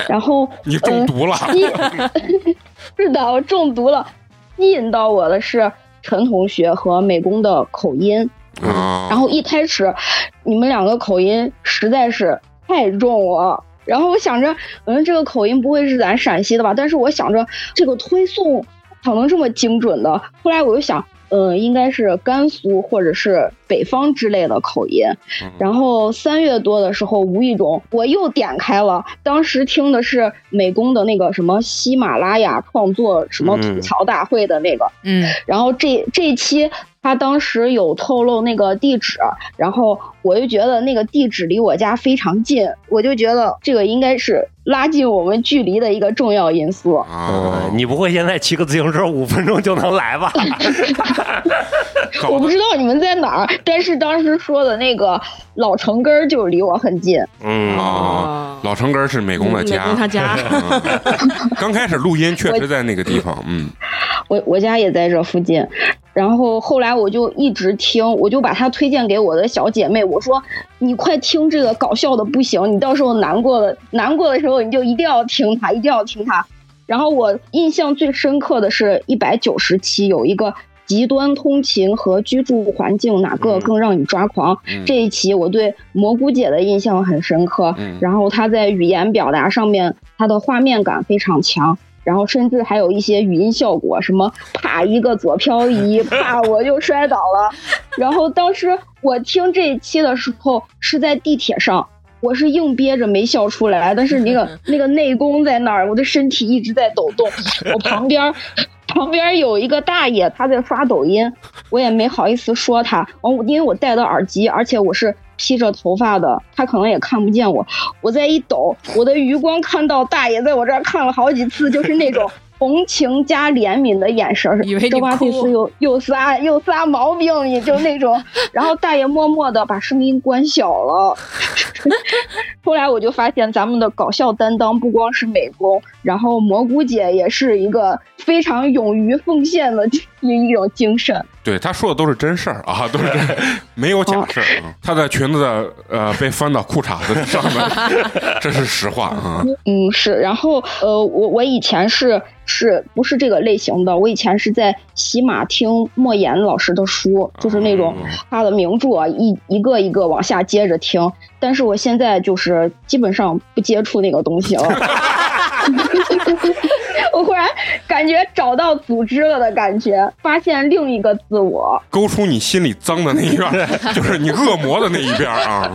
然后呃
你中毒了，
吸， 是的，我中毒了。吸引到我的是陈同学和美工的口音。
啊，
然后一开始你们两个口音实在是太重了。然后我想着，嗯，这个口音不会是咱陕西的吧？但是我想着这个推送咋能这么精准的？后来我又想，嗯，应该是甘肃或者是北方之类的口音。然后三月多的时候，无意中我又点开了，当时听的是美工的那个什么喜马拉雅创作什么吐槽大会的那个，
嗯，
然后这这一期他当时有透露那个地址，然后我就觉得那个地址离我家非常近，我就觉得这个应该是拉近我们距离的一个重要因素。
啊，
呃你不会现在骑个自行车五分钟就能来 吧？
我
搞
不
得
知道你们在哪儿，但是当时说的那个老城根儿就离我很近。
嗯，
啊，老城根儿是美工的
美
家
工，他家，
嗯刚开始录音确实在那个地方，嗯，
我我家也在这附近，然后后来我就一直听，我就把它推荐给我的小姐妹，我说你快听这个搞笑的不行，你到时候难过的难过的时候你就一定要听它，一定要听它。然后我印象最深刻的是一百九十期有一个极端通勤和居住环境哪个更让你抓狂、
嗯
这一期，我对蘑菇姐的印象很深刻。
嗯
然后她在语言表达上面，她的画面感非常强。然后甚至还有一些语音效果，什么啪一个左漂移，啪我就摔倒了。然后当时我听这一期的时候是在地铁上，我是硬憋着没笑出来，但是那个那个内功在那儿，我的身体一直在抖动。我旁边儿 旁边儿有一个大爷，他在刷抖音，我也没好意思说他。哦，我因为我戴的耳机，而且我是披着头发的，他可能也看不见我。我再一抖，我的余光看到大爷在我这儿看了好几次，就是那 种同情加怜悯的眼神儿，
以为你
这瓜
哭
这次有有仨有仨毛病，也就那 种。然后大爷默默的把声音关小了。 后来我就发现，咱们的搞笑担当不光是美工，然后蘑菇姐也是一个非常勇于奉献的一种精神。
对，他说的都是真事儿啊， 都是真，没有假事儿啊。他的裙子呃被翻到裤衩子 上面，这是实话啊。
嗯嗯，是。然后呃，我我以前是是不是这个类型的。我以前是在喜马听莫言老师的书，就是那种他的名著啊一一个一个往下接着听，但是我现在就是基本上不接触那个东西了。我忽然感觉找到组织了的感觉，发现另一个自我。
勾出你心里脏的那一边儿，就是你恶魔的那一边儿啊。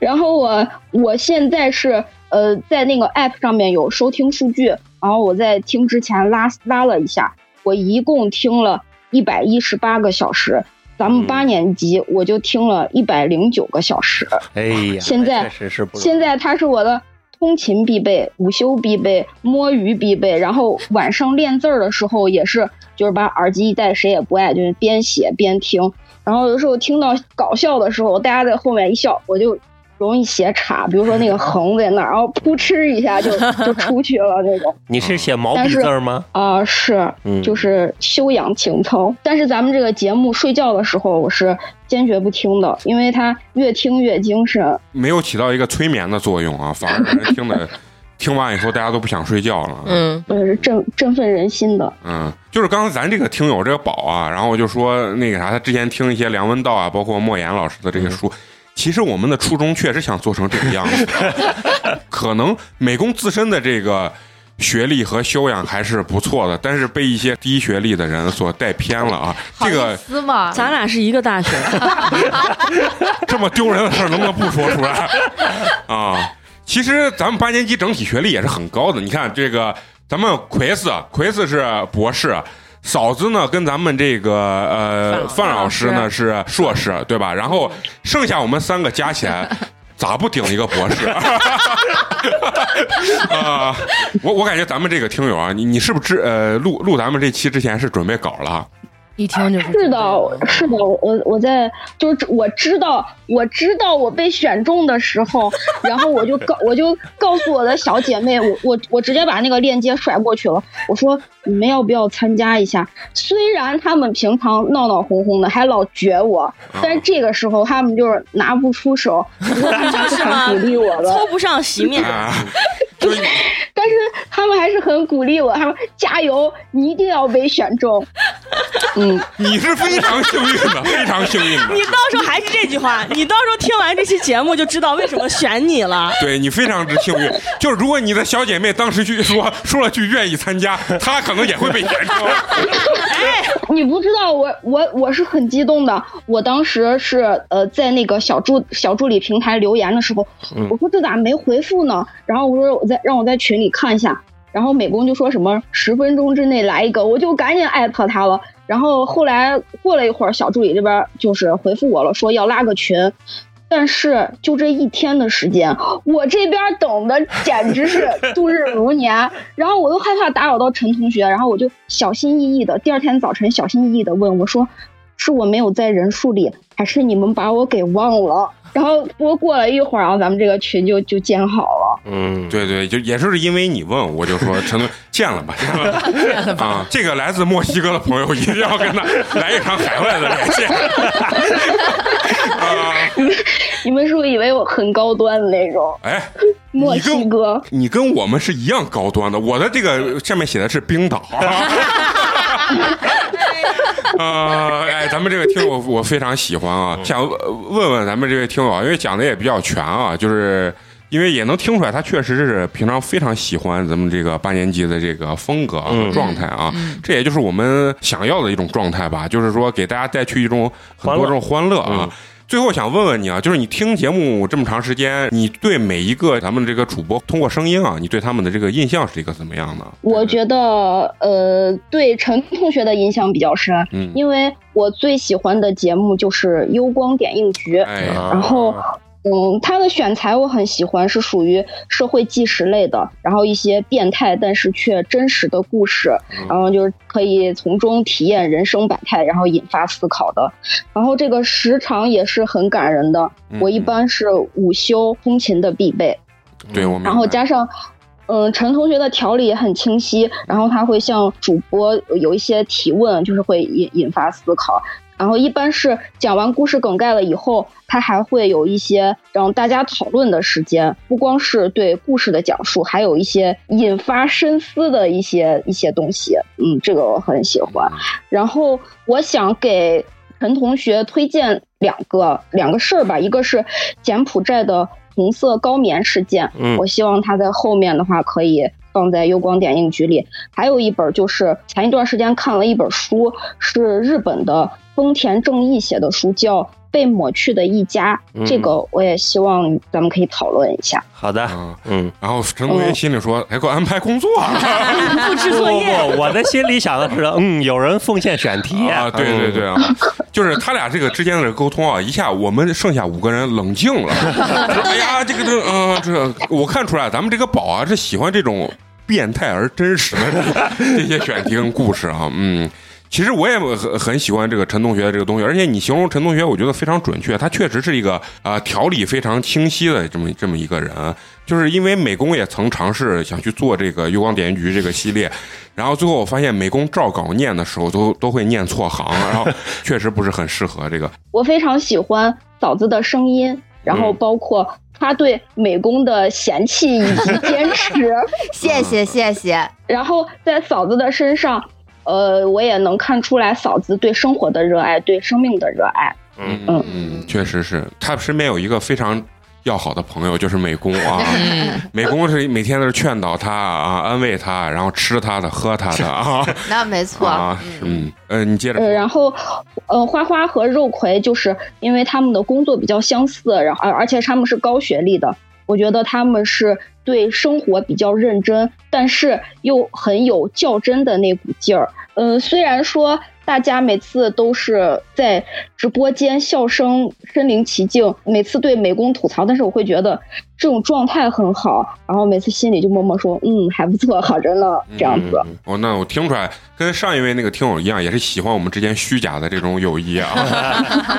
然后我我现在是呃在那个 app 上面有收听数据，然后我在听之前拉拉了一下，我一共听了一百一十八个小时。咱们八年级我就听了一百零九个小时，
哎呀，
现在
确实是不容易
现在它是我的通勤必备、午休必备、摸鱼必备，然后晚上练字儿的时候也是，就是把耳机一戴，谁也不爱，就是边写边听。然后有时候听到搞笑的时候，大家在后面一笑，我就容易写岔，比如说那 个横在那儿，然后扑哧一下就就出去了那种。
你是写毛
但
笔
是
字儿吗？
啊、是
嗯，
就是修养情操。但是咱们这个节目睡觉的时候，我是坚决不听的，因为它越听越精神。
没有起到一个催眠的作用啊，反而让人听的听完以后大家都不想睡觉了。
嗯，
我是呃振振奋人心的。
嗯，就是刚刚咱这个听友这个宝啊，然后我就说那个啥，他之前听一些梁文道啊，包括莫言老师的这些书。其实我们的初衷确实想做成这个样子，可能美工自身的这个学历和修养还是不错的，但是被一些低学历的人所带偏了啊。这个
思嘛，
咱俩是一个大学，
这么丢人的事儿能不能不说出来啊？其实咱们八年级整体学历也是很高的，你看这个咱们奎斯，啊奎斯是博士。啊嫂子呢，跟咱们这个呃范
范
老
老
师
师嗯
呢是硕士，对吧？然后剩下我们三个加起 来，咋不顶一个博士？ 啊，我我感觉咱们这个听友啊，你你是不是知呃录录咱们这期之前是准备稿了？啊
一听就是
是的，是的，我我在就是知我知道我知道我被选中的时候， 然后我就告我就告诉我的小姐妹，我我我直接把那个链接甩过去了，我说你们要不要参加一下？虽然他们平常闹闹哄哄的，还老撅我，但是这个时候他们就是拿不出 手，不过他们还是很鼓励我的，
凑不上席面。
啊，就是你
但是他们还是很鼓励我，他们加油，你一定要被选中。嗯，
你是非常幸运的，非常幸运的。
你到时候还是这句话，你到时候听完这期节目就知道为什么选你了。
对你非常之幸运。 就是如果你的小姐妹当时去说说了句愿意参加，她可能也会被选 中。
你不知道我我我是很激动的，我当时是呃在那个小助小助理平台留言的时候，我说这咋没回复呢？然后我说我在让我在群里看一下，然后美工就说什么十分钟之内来一个，我就赶紧艾特他了。然后后来过了一会儿，小助理这边就是回复我了，说要拉个群。但是就这一天的时间，我这边等的简直 是度日如年。然后我又害怕打扰到陈同学，然后我就小心翼翼的，第二天早晨小心翼翼的问我说：“是我没有在人数里，还是你们把我给忘了？”然后不过过了一会儿，然后咱们这个群就就建好了。
嗯，
对对，就也是因为你问，我就说陈总见了 吧，见了吧，见了吧。啊，这个来自墨西哥的朋友一定要跟他来一场海外的连线。啊，
你们是不是以为我很高端的那种？
哎，
墨
你跟
西哥，
你跟我们是一样高端的，我的这个下面写的是冰岛。 啊， 哎，咱们这个听友我非常喜欢啊，
嗯
想问问咱们这位听友啊，因为讲的也比较全啊，就是因为也能听出来，他确实是平常非常喜欢咱们这个八年级的这个风格啊和
嗯
状态啊，这也就是我们想要的一种状态吧，就是说给大家带去一种很多种欢乐啊。
嗯
最后想问问你啊，就是你听节目这么长时间，你对每一个咱们这个主播通过声音啊，你对他们的这个印象是一个怎么样的？
我觉得呃，对陈同学的影响比较深，
嗯，
因为我最喜欢的节目就是《幽光点映局》。
哎，
啊
然后，嗯，他的选材我很喜欢，是属于社会纪实类的，然后一些变态但是却真实的故事，
嗯
然后就是可以从中体验人生百态，然后引发思考的。然后这个时长也是很感人的
嗯，
我一般是午休通勤的必备，
对我明白，
然后加上。嗯，陈同学的条理也很清晰，然后他会向主播有一些提问，就是会引引发思考。然后一般是讲完故事梗概了以后，他还会有一些让大家讨论的时间，不光是对故事的讲述，还有一些引发深思的一些一些东西。嗯，这个我很喜
嗯
欢。然后我想给陈同学推荐两个两个事儿吧，一个是柬埔寨的红色高棉事件，
嗯
我希望他在后面的话可以放在幽光点映局里。还有一本就是前一段时间看了一本书，是日本的丰田正义写的书，叫《被抹去的一家》，
嗯
这个我也希望咱们可以讨论一下。
好的，嗯，然后陈同学心里说：“还给我安排工作啊了，
布置作业
哦不不不，我的心里想的是，嗯，有人奉献选题
啊，对对对啊，就是他俩这个之间的沟通啊，一下我们剩下五个人冷静了。哎呀，这个这嗯、这我看出来，咱们这个宝啊是喜欢这种变态而真实的这些选题跟故事啊，嗯。其实我也很很喜欢这个陈同学的这个东西，而且你形容陈同学，我觉得非常准确，他确实是一个啊、条理非常清晰的这么这么一个人。就是因为美工也曾尝试想去做这个《幽光点映局》这个系列，然后最后我发现美工照稿念的时候都都会念错行，然后确实不是很适合这个。
我非常喜欢嫂子的声音，然
嗯
后包括她对美工的嫌弃以 及坚持。
谢谢谢谢。
然后在嫂子的身上，呃，我也能看出来嫂子对生活的热爱，对生命的热爱。
嗯嗯，确实是他身边有一个非常要好的朋友，就是美工啊。 美工是每天都是劝导他啊，安慰他，然后吃他的，喝他的啊。
那没错，
啊，嗯，呃，你接着
呃，然后，呃，花花和肉葵就是因为他们的工作比较相似，然后而而且他们是高学历的，我觉得他们是对生活比较认真，但是又很有较真的那股劲儿。呃，虽然说大家每次都是在直播间笑声身临其境，每次对美工吐槽，但是我会觉得这种状态很好，然后每次心里就默默说，嗯，还不错，好着呢，这样子。
嗯哦，那我听出来，跟上一位那个听友一样，也是喜欢我们之间虚假的这种友谊啊。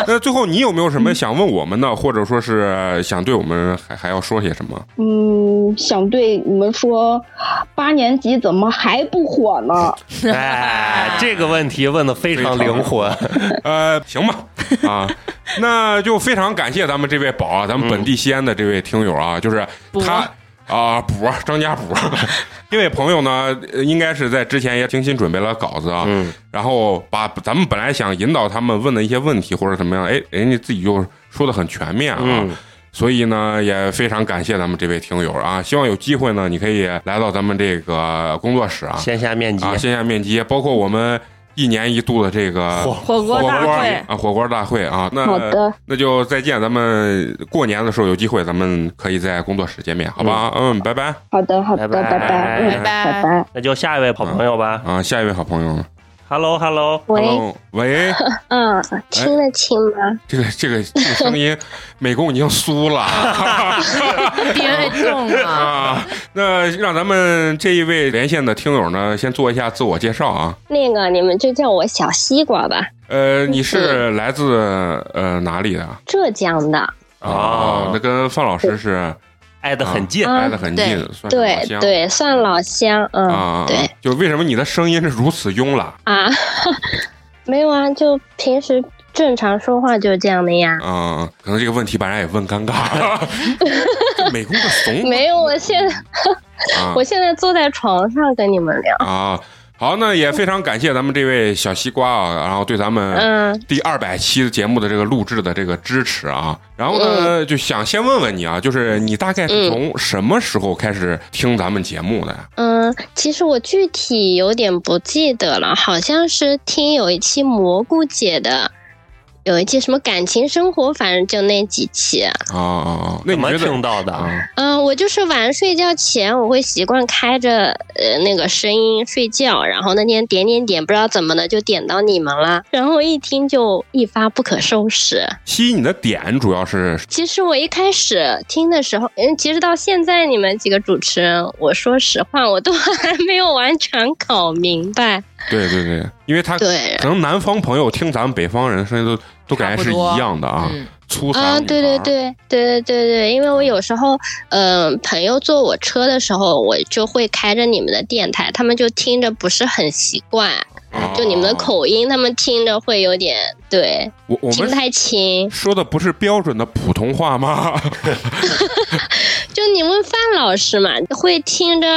那最后你有没有什 么想问我们的，或者说是想对我们还还要说些什么？
嗯，想对你们说，八年级怎么还不火呢？
哎，这个问题问的非常灵活。
呃，行吧，啊，那就非常感谢咱们这位宝啊，咱们本地西安的这位听友啊，就是他啊，补啊 张家补，这位朋友呢，呃应该是在之前也精心准备了稿子啊，
嗯
然后把咱们本来想引导他们问的一些问题或者怎么样，哎，人家自己就说的很全面啊。
嗯
所以呢，也非常感谢咱们这位听友啊！希望有机会呢，你可以来到咱们这个工作室啊，
线下面基
啊，线下面基，包括我们一年一度的这个
火火锅大
火
会
啊，火锅大会啊。那
好的
那就再见，咱们过年的时候有机会，咱们可以在工作室见面，好吧？嗯，拜拜。
好的，好的，
拜
拜拜，嗯，拜拜。
那就下一位好朋友吧。
啊，下一位好朋友。
Hello，Hello，
喂
Hello，喂，
嗯，听得清吗？
这个这个这个声音，美工已经酥 了。
别动
嗯
啊！
啊，那让咱们这一位连线的听友呢，先做一下自我介绍啊。
那个，你们就叫我小西瓜吧，
呃，你是来自呃哪里的？
浙江的。
哦，那跟范老师是
挨得很近
啊
挨得很近，算是老
对
乡
对，算老乡，嗯
啊，，
对
就为什么你的声音是如此慵懒
啊， 没有啊，就平时正常说话就这样的呀。
啊？可能这个问题把人也问尴尬 了。美工的怂
没有，我现在
啊
我现在坐在床上跟你们聊。
啊。好，那也非常感谢咱们这位小西瓜啊，然后对咱们
嗯
第二百期节目的这个录制的这个支持啊。然后
嗯
呢，就想先问问你啊，就是你大概是从什么时候开始听咱们节目的呀？
嗯，其实我具体有点不记得了，好像是听有一期蘑菇姐的，有一期什么感情生活，反正就那几期。
啊啊啊！那你觉得
听到的啊？
嗯，我就是晚上睡觉前，我会习惯开着呃那个声音睡觉，然后那天点点点，不知道怎么的就点到你们了，然后一听就一发不可收拾。
吸引你的点主要是
其实我一开始听的时候，嗯，其实到现在你们几个主持人，我说实话，我都 还没有完全搞明白。
对对对，因为他
对
可能南方朋友听咱们北方人声音都都感觉是一样的啊，粗嗓
啊，
女
对对
孩儿，
对对对对对，因为我有时候，嗯、朋友坐我车的时候，我就会开着你们的电台，他们就听着不是很习惯，就你们的口音，他们听着会有点对，
哦我我
听
们
不太清。
说的不是标准的普通话吗？
就你问范老师嘛，会听着，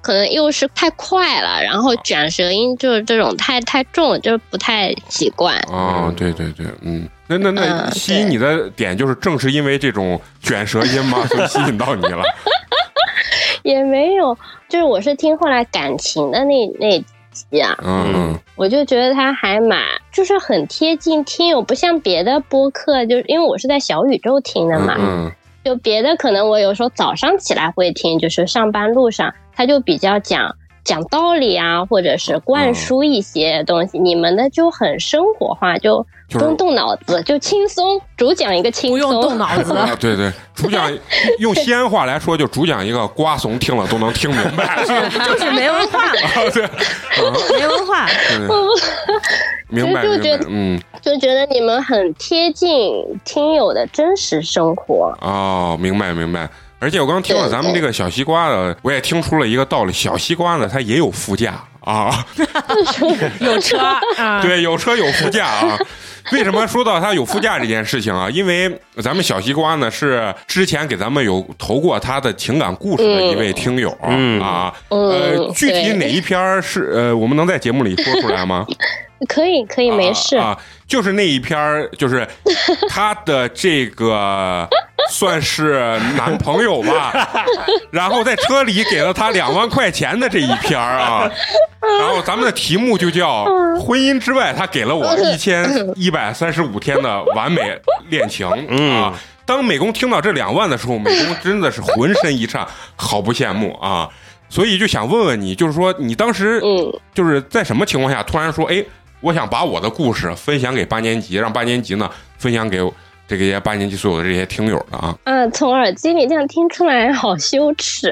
可能又是太快了，然后卷舌音就是这种太太重，就是不太习惯。
啊，对对对，嗯，那那那
嗯
吸引你的点就是正是因为这种卷舌音吗？ 所以吸引到你了。
也没有，就是我是听后来感情的那那集啊，
嗯
我就觉得他还蛮就是很贴近听友，不像别的播客，就是因为我是在小宇宙听的嘛，
嗯
就别的可能我有时候早上起来会听，就是上班路上，他就比较讲。讲道理啊，或者是
嗯
灌输一些东西，你们的就很生活化，就
就
不
是
用动脑子，就轻松。主讲一个轻松，不用动脑
啊对对，主讲用西安话来说，就主讲一个瓜怂听了都能听明 白。
就是没文化，
对，
没文化。
对明白
嗯就
明
觉
白
得，
嗯，
就觉得你们很贴近听友的真实生活。
哦，明白明白。而且我刚听了咱们这个小西瓜的，我也听出了一个道理：小西瓜呢，它也有副驾啊，
有车啊，
对，有车有副驾啊。为什么说到它有副驾这件事情啊？因为咱们小西瓜呢是之前给咱们有投过他的情感故事的一位听友啊，啊呃，
嗯
具体
对
哪一篇儿是呃，我们能在节目里说出来吗？
可以，可以，没事。
啊，就是那一篇儿，就是她的这个算是男朋友吧，然后在车里给了她两万块钱的这一篇儿啊，然后咱们的题目就叫《婚姻之外》，他给了我一千一百三十五天的完美恋情啊。当美工听到这两万的时候，美工真的是浑身一颤，好不羡慕啊！所以就想问问你，就是说你当时就是在什么情况下突然说，哎，我想把我的故事分享给八年级，让八年级呢分享给这个些八年级所有的这些听友的啊？
啊，从耳机里这样听出来，好羞耻。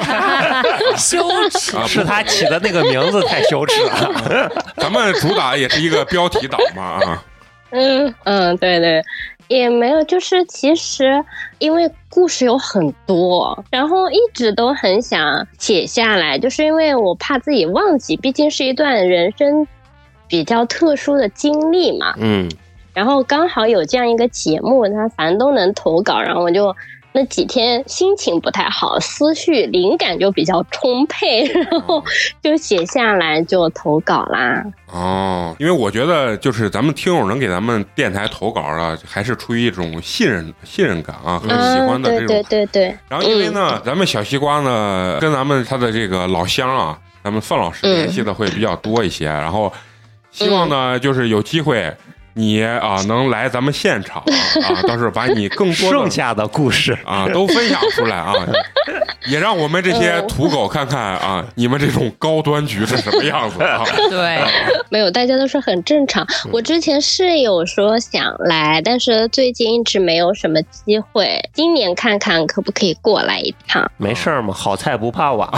羞耻
啊
是他起的那个名字太羞耻了。
咱们主打也是一个标题党嘛啊，
嗯嗯，对对，也没有，就是其实因为故事有很多，然后一直都很想写下来，就是因为我怕自己忘记，毕竟是一段人生比较特殊的经历嘛。
嗯
然后刚好有这样一个节目，他反正都能投稿，然后我就那几天心情不太好，思绪灵感就比较充沛，然
嗯
后就写下来就投稿啦。
哦，因为我觉得就是咱们听友能给咱们电台投稿了，还是出于一种信任信任感啊和喜欢
嗯，
的这
对对
种。
对嗯对。
然后因为
嗯
呢，咱们小西瓜呢跟咱们他的这个老乡啊，咱们范老
嗯
师联系的会比较多一些，然后希望呢
嗯
就是有机会。你啊，能来咱们现场 啊，到时候把你更多
剩下的故事
啊都分享出来 啊，也让我们这
嗯
些土狗看看啊，你们这种高端局是什么样子 啊？
对，
没有，大家都说很正常。
嗯
我之前是有说想来，但是最近一直没有什么机会。今年看看可不可以过来一趟。
没事儿嘛，好菜不怕 晚。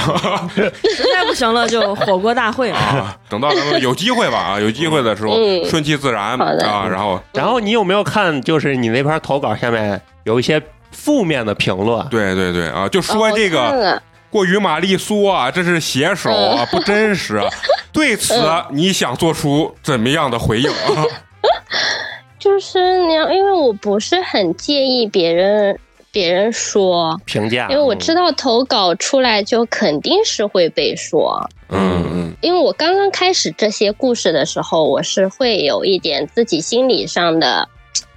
实在不行了就火锅大会嘛。
啊，等到咱们有机会吧啊，有机会的时候
嗯
顺其自然
好的
啊，然后
然后你有没有看，就是你那篇投稿下面有一些负面的评论？哦
对对对啊，就说这
哦
我看
个
了
过于玛丽苏啊，这是写手
嗯
啊，不真实 啊。对此，啊你想做出怎么样的回应啊？
就是你要，因为我不是很介意别人别人说，
评价
因为
嗯
我知道投稿出来就肯定是会被说。
嗯嗯
因为我刚刚开始这些故事的时候，我是会有一点自己心理上的，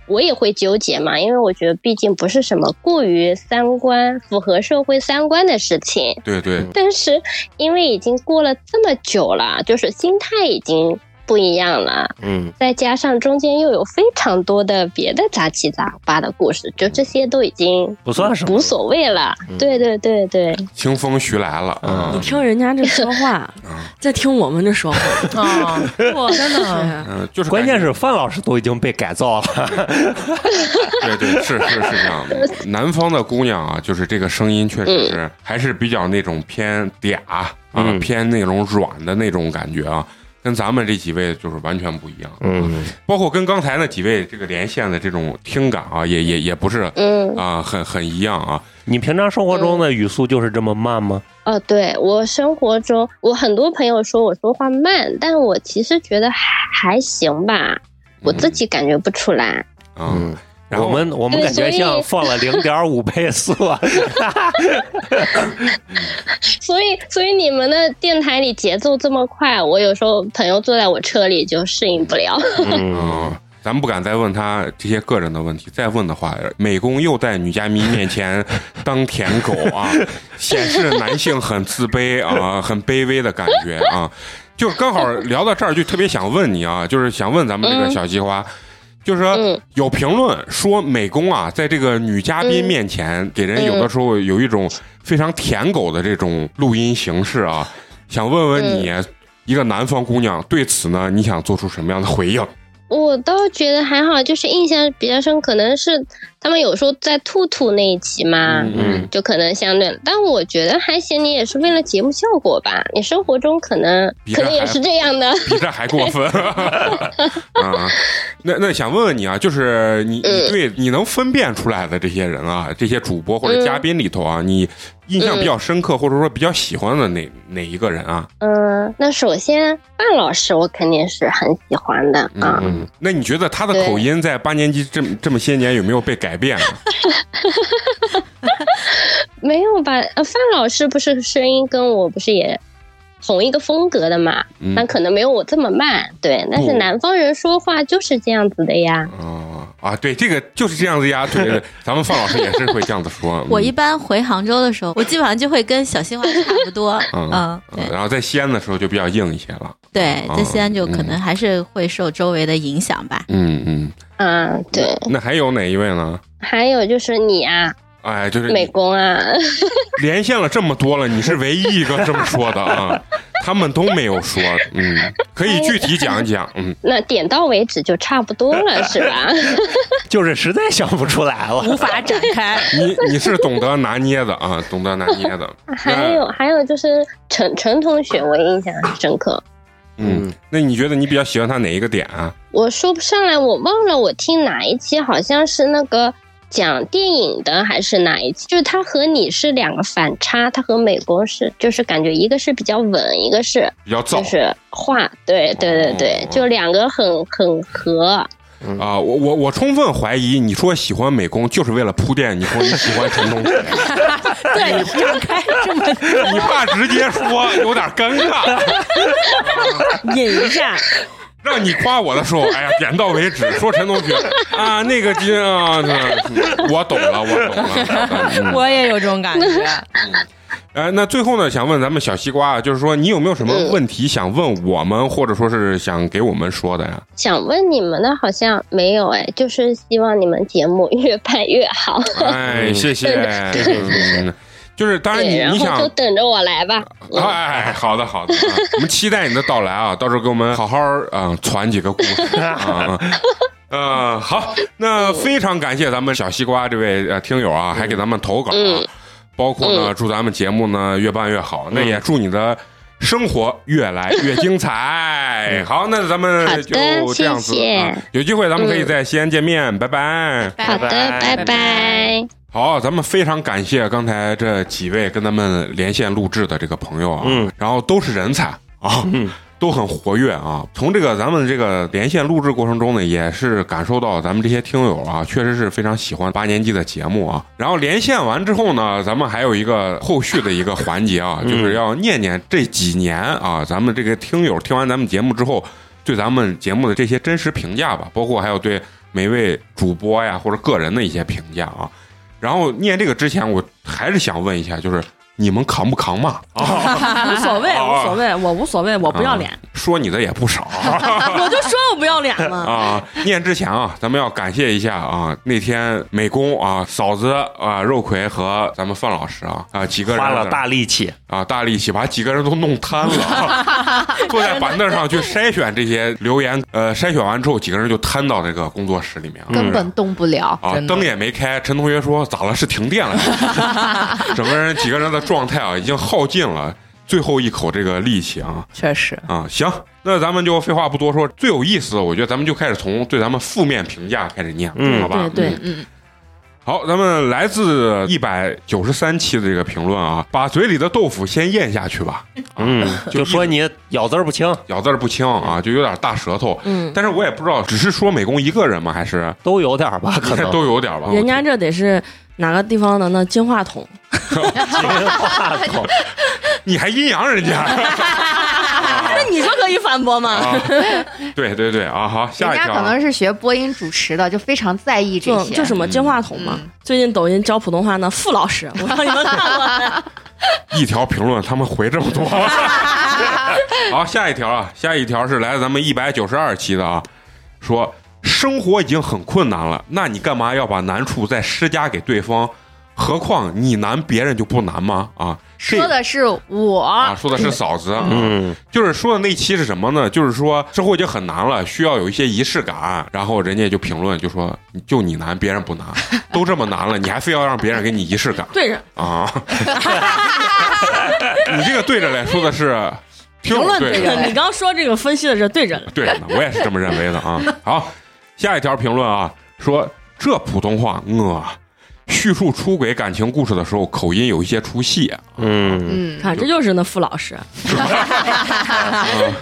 我也会纠结嘛，因为我觉得毕竟不是什么过于三观符合社会三观的事情。
对对，
但是因为已经过了这么久了，就是心态已经不一样了，
嗯，
再加上中间又有非常多的别的杂七杂八的故事，就这些都已经
不算什么
无所谓了。对对对对，
清风徐来了
嗯
啊
你！听人家这说 话，再听我们这说话，
啊
我真的
嗯，就是
关键是范老师都已经被改造了，
对对，是是是这样的。
嗯
南方的姑娘啊，就是这个声音确实是
嗯
还是比较那种偏嗲啊，偏那种软的那种感觉啊。跟咱们这几位就是完全不一样。啊
嗯，
包括跟刚才那几位这个连线的这种听感啊，也也也不是，
嗯
啊，很很一样 啊。
你平常生活中的语速就是这么慢吗？
哦，对我生活中，我很多朋友说我说话慢，但我其实觉得还行吧，我自己感觉不出来。
嗯，
然后我们我们感觉像放了零点五倍速 啊。
所以，所以你们的电台里节奏这么快，我有时候朋友坐在我车里就适应不了。
嗯，咱们不敢再问他这些个人的问题，再问的话，美工又在女嘉宾面前当舔狗啊，显示男性很自卑啊，很卑微的感觉啊。就刚好聊到这儿，就特别想问你啊，就是想问咱们这个
嗯
小西瓜，就是说有评论说美工啊，在这个女嘉宾面前，给人有的时候有一种非常舔狗的这种录音形式啊，想问问你，一个南方姑娘对此呢，你想做出什么样的回应？
我倒觉得还好，就是印象比较深，可能是他们有时候在兔兔那一集嘛，
嗯
就可能相对，但我觉得还行，你也是为了节目效果吧，你生活中可能
比这
可能也
还
是这样的，
比这还过分啊！那那想问问你啊，就是你你对你能分辨出来的这些人啊，这些主播或者嘉宾里头啊，你印象比较深刻或者说比较喜欢的哪哪一个人啊？
嗯，那首先范老师我肯定是很喜欢的啊，
嗯，那你觉得他的口音在八年级这么这么些年有没有被改变啊？
没有吧？呃，范老师不是声音跟我不是也同一个风格的嘛，
嗯
但可能没有我这么慢，对，但是
不
南方人说话就是这样子的呀，
啊，对，这个就是这样子呀。对 对对，咱们范老师也是会这样子说。嗯，
我一般回杭州的时候，我基本上就会跟小西瓜差不多
嗯
嗯，，
然后在西安的时候就比较硬一些了。
对，在西安就可能
嗯
还是会受周围的影响吧。
嗯嗯，
嗯，对，
那还有哪一位呢？
还有就是你啊，
哎，就是
美工啊，
连线了这么多了，你是唯一一个这么说的啊， 他们都没有说，嗯，可以具体讲一讲，嗯，
那点到为止就差不多了，是 吧？
就是实在想不出来了，
无法展开。
你你是懂得拿捏的啊，懂得拿捏的，
还有还有就是陈陈同学，我印象很深刻。
嗯，那你觉得你比较喜欢他哪一个点啊？
我说不上来，我忘了我听哪一期，好像是那个讲电影的还是哪一期，就是他和你是两个反差，他和美国是就是感觉一个是比较稳，一个是
比较燥
就是话，对对对
哦
对，就两个很很合。
啊，我我我充分怀疑你说喜欢美工就是为了铺垫，你说你喜欢陈同学，
对，展开这么
你怕直接说有点尴尬，
引一下，
让你夸我的时候，哎呀，点到为止，说陈同学啊，那个金啊，那我懂了，我懂了，嗯
我也有这种感觉。
哎，那最后呢，想问咱们小西瓜啊，就是说你有没有什么
嗯
问题想问我们，或者说是想给我们说 的呀？
想问你们的好像没有哎，就是希望你们节目越办越好。
哎，谢谢，
嗯
谢谢，谢谢。就是当然
对，
你
然
你
后就
想，
等着我来吧。
哎，好的好的，啊我们期待你的到来啊，到时候给我们好好嗯传几个故 事啊。嗯，好，那非常感谢咱们小西瓜这位呃听友啊，
嗯
还给咱们投稿啊，包括呢祝咱们节目呢越办越好，
嗯
那也祝你的生活越 来越精彩。好，那咱们
嗯好的
就这样子，
谢谢
啊有机会咱们可以
嗯
在西安见面，拜拜。
好的，拜拜。
好，咱们非常感谢刚才这几位跟咱们连线录制的这个朋友啊，嗯，然后都是人才啊，嗯，都很活跃啊。从这个咱们这个连线录制过程中呢，也是感受到咱们这些听友啊，确实是非常喜欢八年级的节目 啊。然后连线完之后呢，咱们还有一个后续的一个环节
嗯
啊，就是要念念这几年啊，咱们这个听友听完咱们节目之后，对咱们节目的这些真实评价吧，包括还有对每位主播呀或者个人的一些评价啊。然后念这个之前，我还是想问一下，就是你们扛不扛骂啊？
无所谓，无所谓，我无所谓，哦我不要脸
啊，说你的也不少
我就说我不要脸 嘛。
啊。念之前啊，咱们要感谢一下啊，那天美工啊、嫂子啊、肉葵和咱们范老师啊啊几个人
花了大力气
啊，大力气把几个人都弄瘫了 啊，坐在板凳上去筛选这些留言，呃，筛选完之后，几个人就瘫到这个工作室里面啊，
根本动不了，
啊，
真的
灯也没开。陈 同学说：“咋了？是停电了？”整个人几个人的状态啊，已经耗尽了。最后一口这个力气啊。
确实
啊，行，那咱们就废话不多说，最有意思的，我觉得咱们就开始从对咱们负面评价开始念，
嗯
好吧？
对对
嗯，好，咱们来自一百九十三期的这个评论啊，把嘴里的豆腐先咽下去吧。啊
嗯，就说你咬字儿不清，
咬字儿不清啊，就有点大舌头。
嗯
但是我也不知道，只是说美工一个人吗？还是
都有点吧？可能
都有点吧。
人家这得是哪个地方的呢？金话筒，
你还阴阳人家？
那你说可以反驳吗？
啊对对对啊，好，下
人
一
家
条啊。
可能是学播音主持的，就非常在意这
就
些。嗯
就什么金话筒嘛。最近抖音教普通话呢，付老师， 我让你们看过来。
一条评论他们回这么多。好，下一条啊，下一条是来自咱们一百九十二期的啊，说生活已经很困难了，那你干嘛要把难处再施加给对方？何况你难，别人就不难吗？啊，这
说的是我，
啊，说的是嫂子，嗯，就是说的那期是什么呢？就是说生活已经很难了，需要有一些仪式感。然后人家就评论就说，就你难，别人不难，都这么难了，你还非要让别人给你仪式感
对着
啊？ 你这个对着来说的是听
评论
对
着嘞，你刚说这个分析的是对着嘞，
对着呢，我也是这么认为的 啊。好，下一条评论啊，说这普通话，我、叙述出轨感情故事的时候，口音有一些出戏。啊
嗯
嗯，看这就是那付老师，
嗯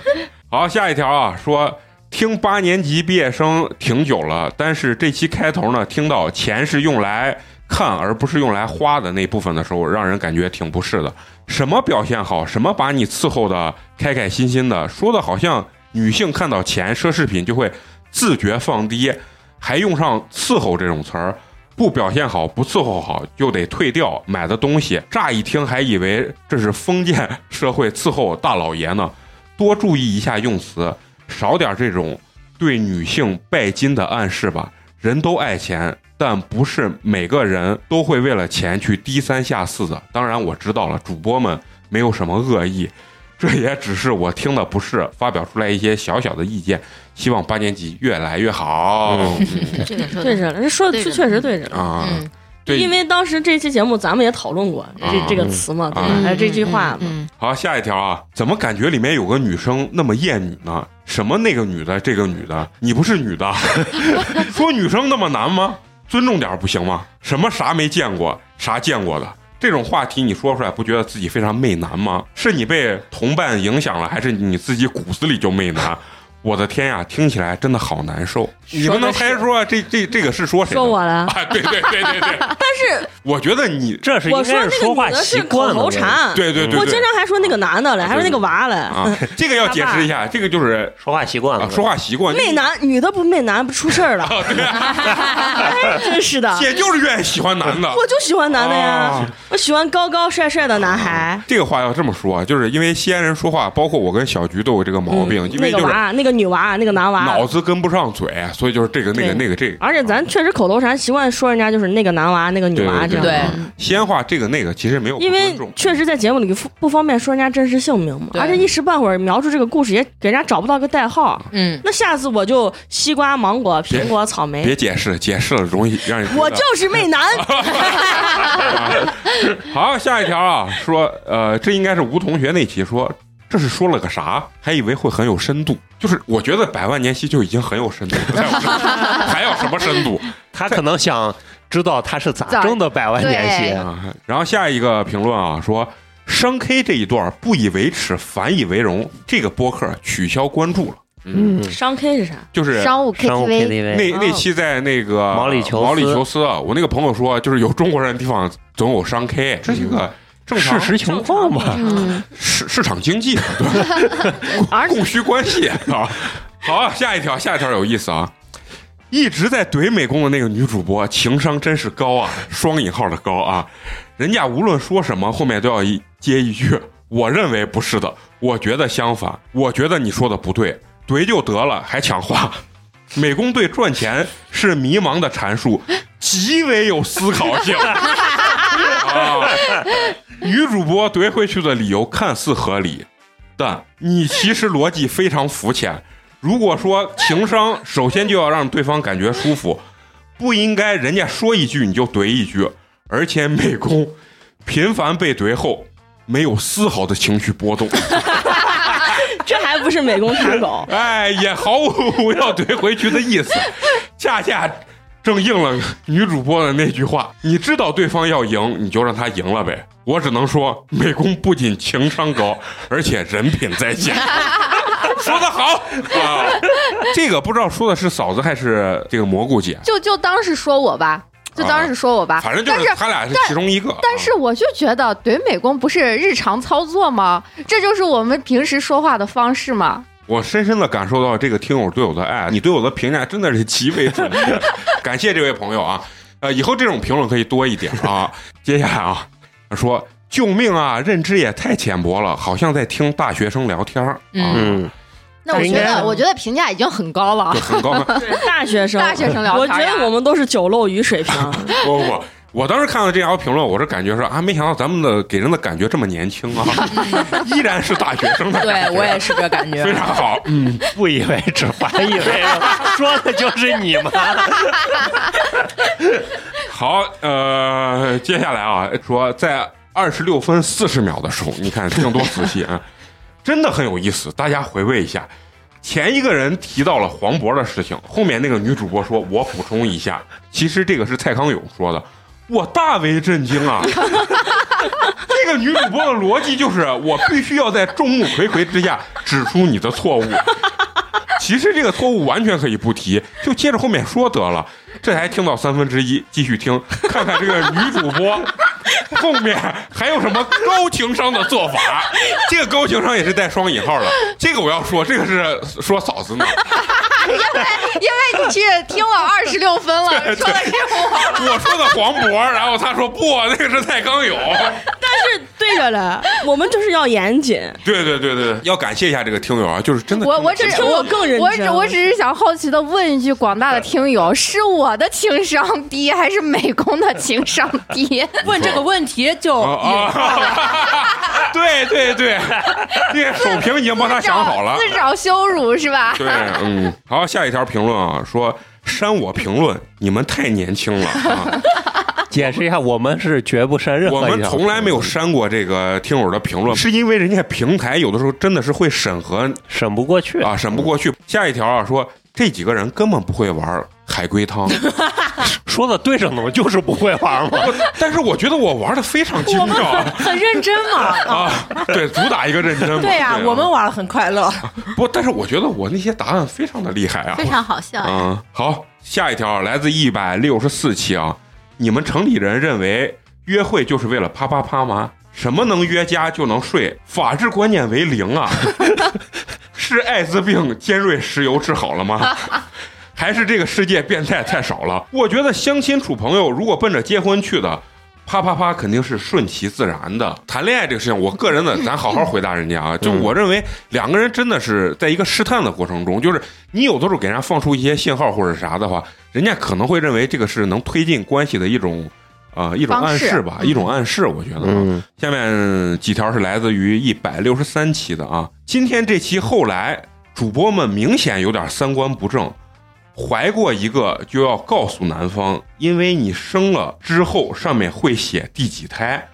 好，下一条啊，说听八年级毕业生挺久了，但是这期开头呢，听到钱是用来看而不是用来花的那部分的时候，让人感觉挺不适的。什么表现好，什么把你伺候的开开心心的，说的好像女性看到钱奢侈品就会自觉放低，还用上伺候这种词儿。不表现好，不伺候好就得退掉买的东西。乍一听还以为这是封建社会伺候大老爷呢，多注意一下用词，少点这种对女性拜金的暗示吧。人都爱钱，但不是每个人都会为了钱去低三下四的。当然，我知道了，主播们没有什么恶意，这也只是我听的不是，发表出来一些小小的意见。希望八年级越来越好。
对着 嘞，这说的确确实对着嘞。
啊，对，
嗯因为当时这期节目咱们也讨论过
啊
这这个词嘛，对吧
啊？
还有这句话嘛，
好，下一条啊，怎么感觉里面有个女生那么厌女呢？什么那个女的，这个女的，你不是女的， 说女生那么难吗？尊重点儿不行吗？什么啥没见过，啥见过的这种话题，你说出来不觉得自己非常媚男吗？是你被同伴影响了，还是你自己骨子里就媚男？我的天呀、听起来真的好难受！你们能猜出啊？这这这个是说谁的吗？
说我了
啊！对对对对对，
但 是
我觉得你
这是
我
应
说
该
那个
说话
女的
习
是口
惯了
头禅，
对对对对
我经常还说那个男的嘞，还说那个娃嘞，
啊， 这个要解释一下，这个就是
说话习惯
啊
了，
说话习惯。
媚男女的不媚男不出事 儿了，
哦
哎真是的，
姐就是愿意喜欢男的。
我就喜欢男的呀
啊，
我喜欢高高帅帅的男孩。
这个话要这么说啊，就是因为西安人说话，包括我跟小菊都有这个毛病，哦因为
嗯那
就
个
是
娃，那个女娃，那个男娃，
脑子跟不上嘴，所以就是这个那个
对
那个这个。
而且咱确实口头禅习惯说人家就是那个男娃、那个女
对
娃这
对
样，嗯
对，西安话这个那个其实没有不
因为
尊重，
确实在节目里不不方便说人家真实姓名嘛，而且一时半会儿描述这个故事也给人家找不到个代号。
嗯，
那下次我就西瓜、芒果、
别
苹果、草莓
别，解释，解释了容易让人觉得。
我就是 媚男。
好，下一条啊，说呃，这应该是吴同学那期说。这是说了个啥？还以为会很有深度，就是我觉得百万年期就已经很有深度了， 在我这儿还要什么深度？
他可能想知道他是咋挣的百万年薪。
啊。然后下一个评论啊，说升 K 这一段不以为耻，反以为荣，这个播客取消关注了。嗯，
商 K 是啥？
就是
商务
商务
KTV，
那
KTV，
那期在那个
毛里求斯
毛里求斯，啊我那个朋友说，就是有中国人的地方总有商 K，这是一个正常
事实情况嘛，
嗯
市市场经济，对吧
而
供需关系啊。好，下一条，下一条有意思啊。一直在怼美工的那个女主播，情商真是高啊，双引号的高啊。人家无论说什么，后面都要一接一句：“我认为不是的，我觉得相反，我觉得你说的不对，怼就得了，还抢话。”美工对赚钱是迷茫的阐述，极为有思考性。啊，女主播怼回去的理由看似合理，但你其实逻辑非常肤浅。如果说情商，首先就要让对方感觉舒服，不应该 人家说一句你就怼一句。而且美工频繁被怼后，没有丝毫的情绪波动。
这还不是美工打狗？
哎，也毫无要怼回去的 意思，恰恰正应了女主播的那句话：你知道对方要赢，你就让他赢了呗。我只能说，美工不仅情商高，而且人品在 线。说的好啊，这个不知道说的是嫂子还是这个蘑菇姐，
就就当是说我吧，就当是说我吧。
啊反正就
但
是
是
他俩是
但
其中一个。啊
但是我就觉得怼美工不是日常操作吗？这就是我们平时说话的方式嘛。
我深深的感受到这个听友对我的爱，你对我的评价真的是极为准 确，感谢这位朋友啊。呃，以后这种评论可以多一点 啊。接下来啊，他说：“救命啊，认知也太浅薄了，好像在听大学生聊天儿。”啊
嗯，
那我觉得，我觉得评价已经很高了，
对很高
大学生，啊
大学生聊
我
天
觉
儿呀
得我们都是酒漏鱼水平。
不不不， 我当时看到这条评论，我是感觉说啊，没想到咱们的给人的感觉这么年轻 啊， 依然是大学生的感觉。
对我也是这感觉
非常好。嗯，
不以为 耻，反以为荣，说的就是你们。
好，呃，接下来啊，说在二十六分四十秒的时候，你看听多仔细啊， 真的很有意思，大家回味一下。前一个人提到了黄渤的事情，后面那个女主播说：“我补充一下，其实这个是蔡康永说的。”我大为震惊啊！ 这个女主播的逻辑就是，我必须要在众目睽睽之下指出你的错误。其实这个错误完全可以不提，就接着后面说得了。这才听到三分之一，继续听， 看看这个女主播后面还有什么高情商的做法。 这个高情商也是带双引号的，这个我要说，这个是说嫂子呢。
嗯
因为因为你去听了二十六分了，说的是我。
我说的黄渤，然后他说不，啊那个是蔡康永。
但是对着嘞，我们就是要严谨。
对对对对，要感谢一下这个听友啊，就是真的。
我我只
听
我
我更认
我
真
只我只是想好奇的问一句广大的听友，是我的情商低还是美工的情商低？
问这个问题就
啊啊！对对对，这个首屏已经帮他想好了。
自找羞辱是 吧？
对，嗯，好，下一条评论啊，说删我评论，你们太年轻了啊！
解释一下，我们是绝不删任
我
何一
们
条。
从来没有删过这个听友的评论，是因为人家平台有的时候真的是会审核，
审不过去
啊，审不过去。下一条啊，说这几个人根本不会玩海龟汤，
说的对上呢，我就是不会玩嘛。
但是我觉得我玩的非常精
我
妙
们
啊
很认真嘛。
啊，对，主打一个认真嘛。
对呀、
啊
我们玩的很快乐。
不，但是我觉得我那些答案非常的厉害啊，
非常好笑。
嗯，好，下一条来自一百六十四期啊。你们城里人认为约会就是为了啪啪啪吗？什么能约家就能睡？法治观念为零啊！ 是艾滋病尖锐石油治好了吗？还是这个世界变态太少了？我觉得相亲处朋友，如果奔着结婚去的，啪啪啪肯定是顺其自然的。谈恋爱这个事情，我个人呢，咱好好回答人家啊。就我认为，两个人真的是在一个试探的过程中，就是你有的时候给人家放出一些信号或者啥的话，人家可能会认为这个是能推进关系的一种。啊、一种
方
暗
式
示吧，
嗯
一种暗示，我觉得。啊
嗯，
下面几条是来自于一百六十三期的啊。今天这期后来主播们明显有点三观不正，怀过一个就要告诉男方，因为你生了之后上面会写第几胎，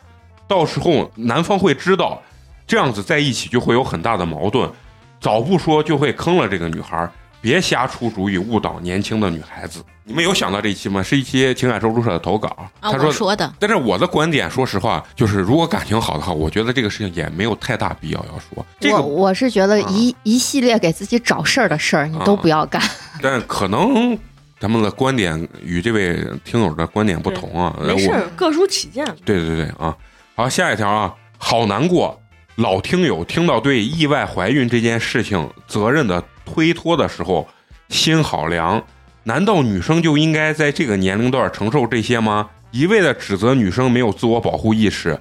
到时候男方会知道，这样子在一起就会有很大的矛盾，早不说就会坑了这个女孩儿。别瞎出主意，误导年轻的女孩子。你们有想到这一期吗？是一期情感收出社的投稿，
啊，
他
我说的，
但是我的观点，说实话，就是如果感情好的话，我觉得这个事情也没有太大必要要 说。这
我
个，啊
我是觉得一、一系列给自己找事儿的事儿，你都不要干。
但可能咱们的观点与这位听友的观点不同啊。
没事
我
儿，各抒己见。
对对对啊！好，下一条啊，好难过。老听友听到对意外怀孕这件事情责任的推脱的时候，心好凉。难道女生就应该在这个年龄段承受这些吗？一味的指责女生没有自我保护意识，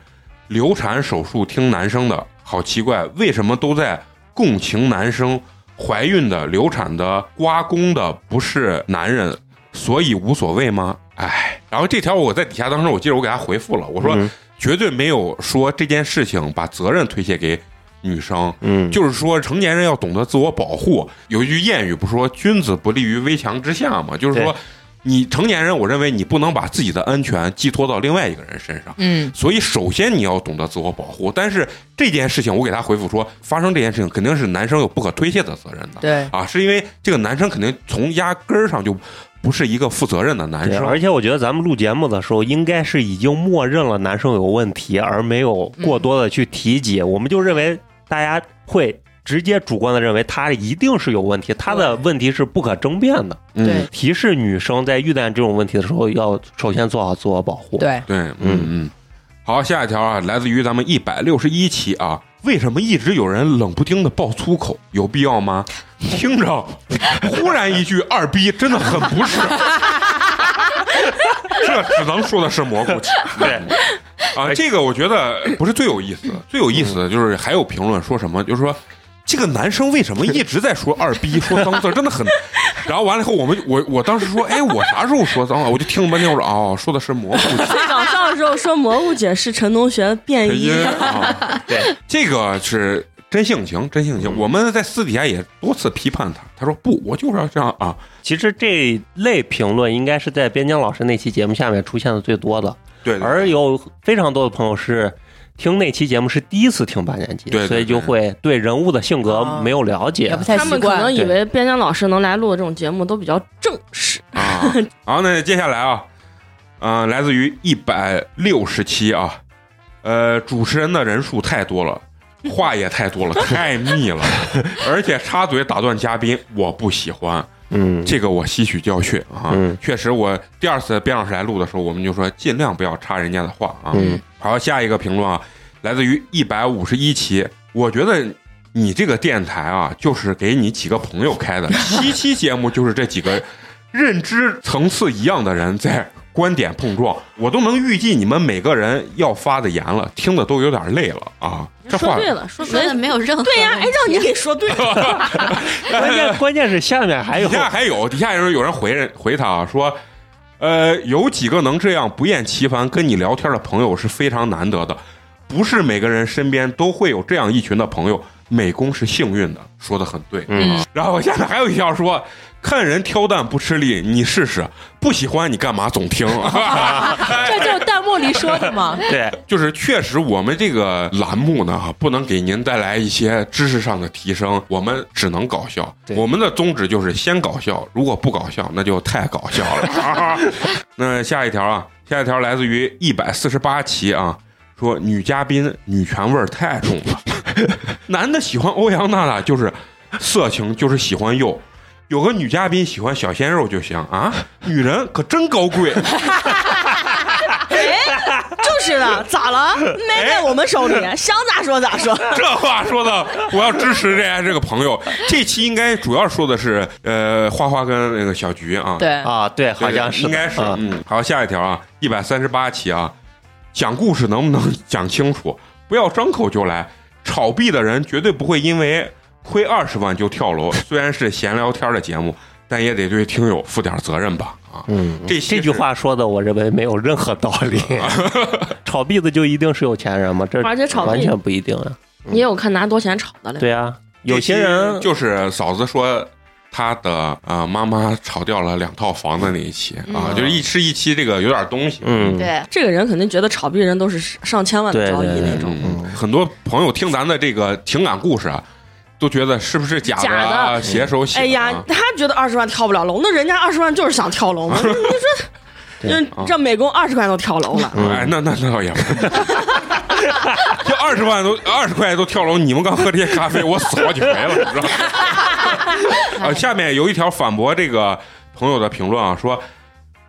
流产手术听男生的，好奇怪，为什么都在共情男生？怀孕的、流产的、刮宫的不是男人，所以无所谓吗？哎，然后这条我在底下当时我记得我给他回复了，我说绝对没有说这件事情把责任推卸给女生，嗯，就是说成年人要懂得自我保护。有一句谚语不是说君子不立于危墙之下嘛，就是说
对
你成年人，我认为你不能把自己的安全寄托到另外一个人身上。
嗯
所以首先你要懂得自我保护。但是这件事情，我给他回复说，发生这件事情肯定是男生有不可推卸的责任的。
对
啊，是因为这个男生肯定从压根儿上就不是一个负责任的男
对
生，
而且我觉得咱们录节目的时候，应该是已经默认了男生有问题，而没有过多的去提及。我们就认为大家会直接主观的认为他一定是有问题，他的问题是不可争辩的。
嗯
对，
提示女生在遇到这种问题的时候，要首先做好自我保护。
对
对，嗯嗯。好，下一条啊，来自于咱们一百六十一期啊。为什么一直有人冷不丁的爆粗口？有必要吗？听着，忽然一句“二逼”，真的很不适。 这只能说的是蘑菇 鸡。对 啊，这个我觉得不是最有意思的，最有意思的就是还有评论说什么，就是说。这个男生为什么一直在说二逼、说脏字儿，真的很。然后完了以后，我们我我当时说，哎，我啥时候说脏了？我就听了半天，我说哦，说的是蘑菇鸡。
最早上的时候说蘑菇姐是陈同学的便
配
衣
音，啊，对，这个是真性情，真性情。我们在私底下也多次批判他，他说不，我就是要这样啊。
其实这类评论应该是在边疆老师那期节目下面出现的最多的。
对，
而有非常多的朋友是听那期节目是第一次听八年级，
对对
所以就会对人物的性格没有了解，
他们可能以为边疆老师能来录的这种节目都比较正式，
啊。好，那接下来啊，嗯、来自于一百六十期啊，呃，主持人的人数太多了。话也太多了，太密了，而且插嘴打断嘉宾，我不喜欢。
嗯，
这个我吸取教训啊。
嗯
确实，我第二次边老师来录的时候，我们就说尽量不要插人家的话啊。
嗯，
好，下一个评论啊，来自于一百五十一期，我觉得。你这个电台啊，就是给你几个朋友开的，七期节目就是这几个认知层次一样的人在观点碰撞，我都能预计你们每个人要发的言了，听的都有点累了啊。这
说
话
对了，说
说的没有任何
对呀、
问
哎，
题
让你给说对 了。
关键关键是下面还有
底下还有底下有人有人回人回他啊，说，呃，有几个能这样不厌其烦跟你聊天的朋友是非常难得的，不是每个人身边都会有这样一群的朋友。美工是幸运的，说的很对。
嗯，
然后下面还有一条说，看人挑担不吃力，你试试，不喜欢你干嘛总听？
这就是弹幕里说的 嘛。
对，
就是确实我们这个栏目呢，不能给您带来一些知识上的提升，我们只能搞笑。我们的宗旨就是先搞笑，如果不搞笑，那就太搞笑了。啊、那下一条啊，下一条来自于一百四十八期啊，说女嘉宾女权味儿太重了， 男的喜欢欧阳娜娜就是色情，就是喜欢肉。有个女嘉宾喜欢小鲜肉就行啊，女人可真高贵。
哎， 就是的，咋了？没在我 们手里，想咋说咋说。
哎这话说的，我要支持这家这个 朋友。这期应该主要说的是，呃，花花跟那个小菊啊，
对
啊对好像是的
应该是，
啊
嗯。好，下一条啊，一百三十八期啊，讲故事能不能讲清楚？不要张口就来，炒币的人绝对不会因为亏二十万就跳楼。虽然是闲聊天的节目，但也得对听友负点责任吧。啊，
嗯，
这
这句话说的，我认为没有任何道 理。 炒币的就一定是有钱人吗？这
而且炒币
完全不一定啊。
你也有看拿多钱炒的嘞？
对啊，有些人
就是嫂子说她的呃妈妈炒掉了两套房子那一期啊，
嗯
就是一吃一期这个有点东西，
嗯
对，这个人肯定觉得炒币人都是上千万的交易那种。
嗯很多朋友听咱的这个情感故事啊，都觉得是不是假的
假
啊，
的，
写手写的啊
哎呀，他觉得二十万跳不了楼，那人家二十万就是想 跳楼嘛。你说，
嗯
这这美工二十块都跳楼 了，
啊哎，那那那倒也不是， 就二十万都二十块都跳楼，你们刚喝这些咖啡，我死好几回了，你知道吗？
哎
啊，下面有一条反驳这个朋友的评论啊，说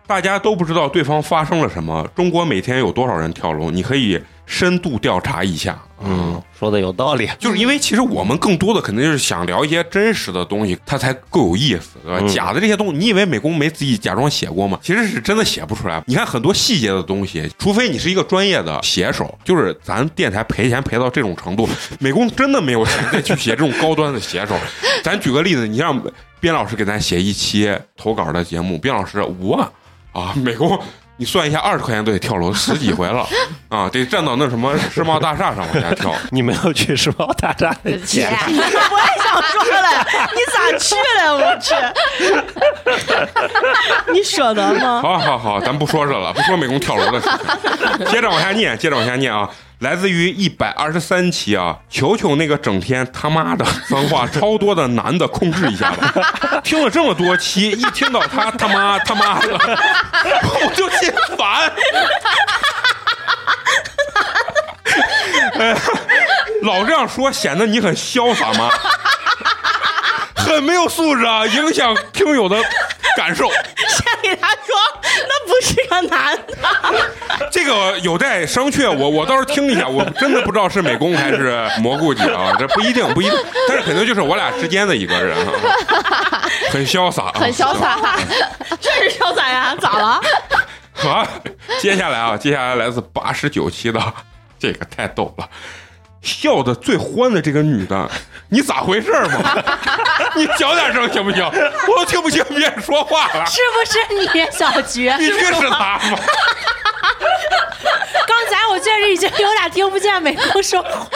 大家都不知道对方发生了什么，中国每天有多少人跳楼，你可以深度调查一下。嗯，
说的有道理，啊
就是因为其实我们更多的肯定就是想聊一些真实的东西，它才够有意思，对吧？
嗯
假的这些东西，你以为美工没自己假装写过吗？其实是真的写不出来。你看很多细节的东西，除非你是一个专业的写手，就是咱电台赔钱赔到这种程度，美工真的没有钱再去写这种高端的写手。 咱举个例子，你让边老师给咱写一期投稿的节目，边老师五万啊，美工。你算一下，二十块钱都得跳楼十几回了啊，得站到那什么世贸大厦上往下 跳。
你没有去世贸大厦的
姐，我也想说了，你咋去了？我 去，你舍得吗？
好好好，咱不说这了，不说美工跳 楼的事情，接着往下念，接着往下念啊。来自于一百二十三期啊，求求那个整天他妈的脏话超多的男的控制一下吧。听了这么多期，一听到他他妈他妈的，我就心烦。哎、老这样说，显得你很潇洒吗？ 很没有素质啊，影响听友的感受。
先给他说，那不是个男的。
这个有待商榷，我我倒是听一下，我真的不知道是美工还是蘑菇姐啊，这不一定不一定，但是肯定就是我俩之间的一个人啊，很啊潇 洒，
很潇洒，
这是潇洒呀？咋 了？
啊，接下来啊，接下来来自八十九期的，这个太逗了。笑的最欢的这个女的，你咋回事嘛？ 你小点声行不行？我都听不清别人说话了。
是不是你小 菊？
你这是他吗？
刚才我确实已经有点听不见美工说话。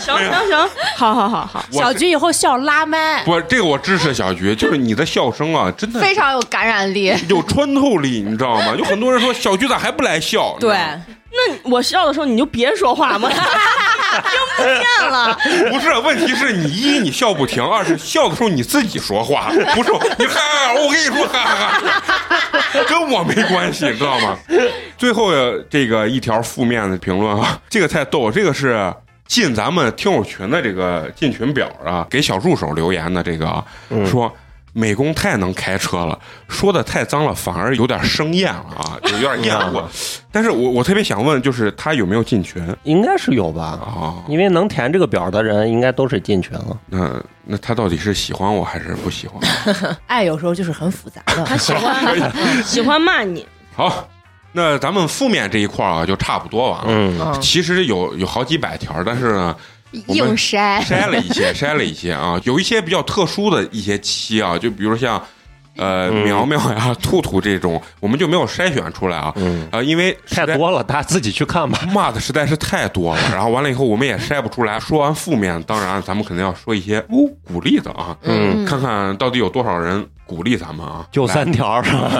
行行行，好好好好。小菊以后笑拉麦。
不，这个我支持小菊，就是你的笑声啊，真的
非常有感染力，
有穿透力，你知道吗？有很多人说小菊咋还不来 笑？
对。
那我笑的时候你就别说 话嘛，
听不见了。
不是，问题是你一你笑不停，二是笑的时候你自己说话，不是你哈哈，我跟你说哈哈，跟我没关系，你知道吗？最后这个一条负面的评论啊，这个太逗，这个是进咱们听友群的这个进群表啊，给小助手留言的这个、嗯、说。美工太能开车了，说的太脏了，反而有点生厌了啊，有点厌恶。但是我我特别想问，就是他有没有进群？
应该是有吧，
哦，
因为能填这个表的人，应该都是进群了。
那那他到底是喜欢我还是不喜欢？
爱有时候就是很复杂的，
他 喜欢喜欢骂你。
好。那咱们负面这一块儿啊，就差不多完了。
嗯，
其实有有好几百条，但是呢。
硬筛
筛了一 些，筛了一些啊，有一些比较特殊的一些期啊，就比如像呃
嗯
苗苗呀、兔兔这种，我们就没有筛选出来啊。
嗯
啊，因为
太多了，大家自己去看吧。
骂的实在是太多了，然后完了以后我们也筛不出来。说完负面，当然咱们肯定要说一些哦鼓励的啊，
嗯，
看看到底有多少人鼓励咱们啊？
就三条是 吧？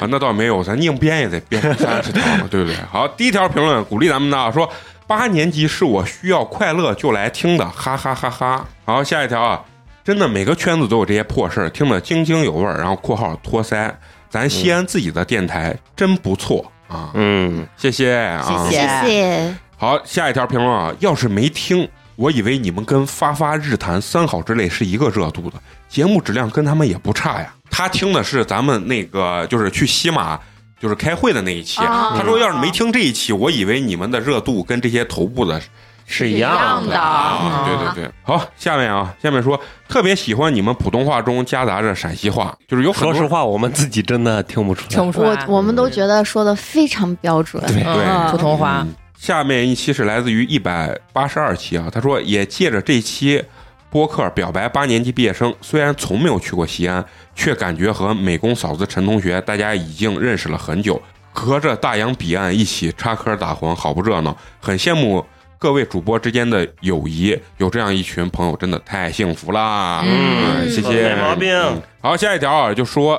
啊，那倒没有，咱硬编也得编成三十条嘛，对不对？好，第一条评论鼓励咱们的说。八年级是我需要快乐就来听的，哈哈哈哈！好，下一条啊，真的每个圈子都有这些破事儿，听得津津有味儿。然后（括号托腮），咱西安自己的电台、嗯、真不错啊！
嗯，
谢谢啊，
谢谢。
好，下一条评论啊，要是没听，我以为你们跟发发日坛三好之类是一个热度的，节目质量跟他们也不差呀。他听的是咱们那个，就是去西马。就是开会的那一期，
哦、
他说要是没听这一期，我以为你们的热度跟这些头部的
是一样
的。
啊、对对对，好，下面啊，下面说特别喜欢你们普通话中夹杂着陕西话，就是有
说实话，我们自己真的听不出来，
听不出
来，嗯我我们都觉得说的非常标准，
对对，
普通话。
嗯下面一期是来自于一百八十二期啊，他说也借着这期。播客表白八年级毕业生，虽然从没有去过西安，却感觉和美工嫂子陈同学大家已经认识了很久，隔着大洋彼岸一起插科打诨，好不热闹。很羡慕各位主播之间的友谊，有这样一群朋友真的太幸福啦！
嗯，
谢谢，
没毛病、
嗯。好，下一条啊，就说，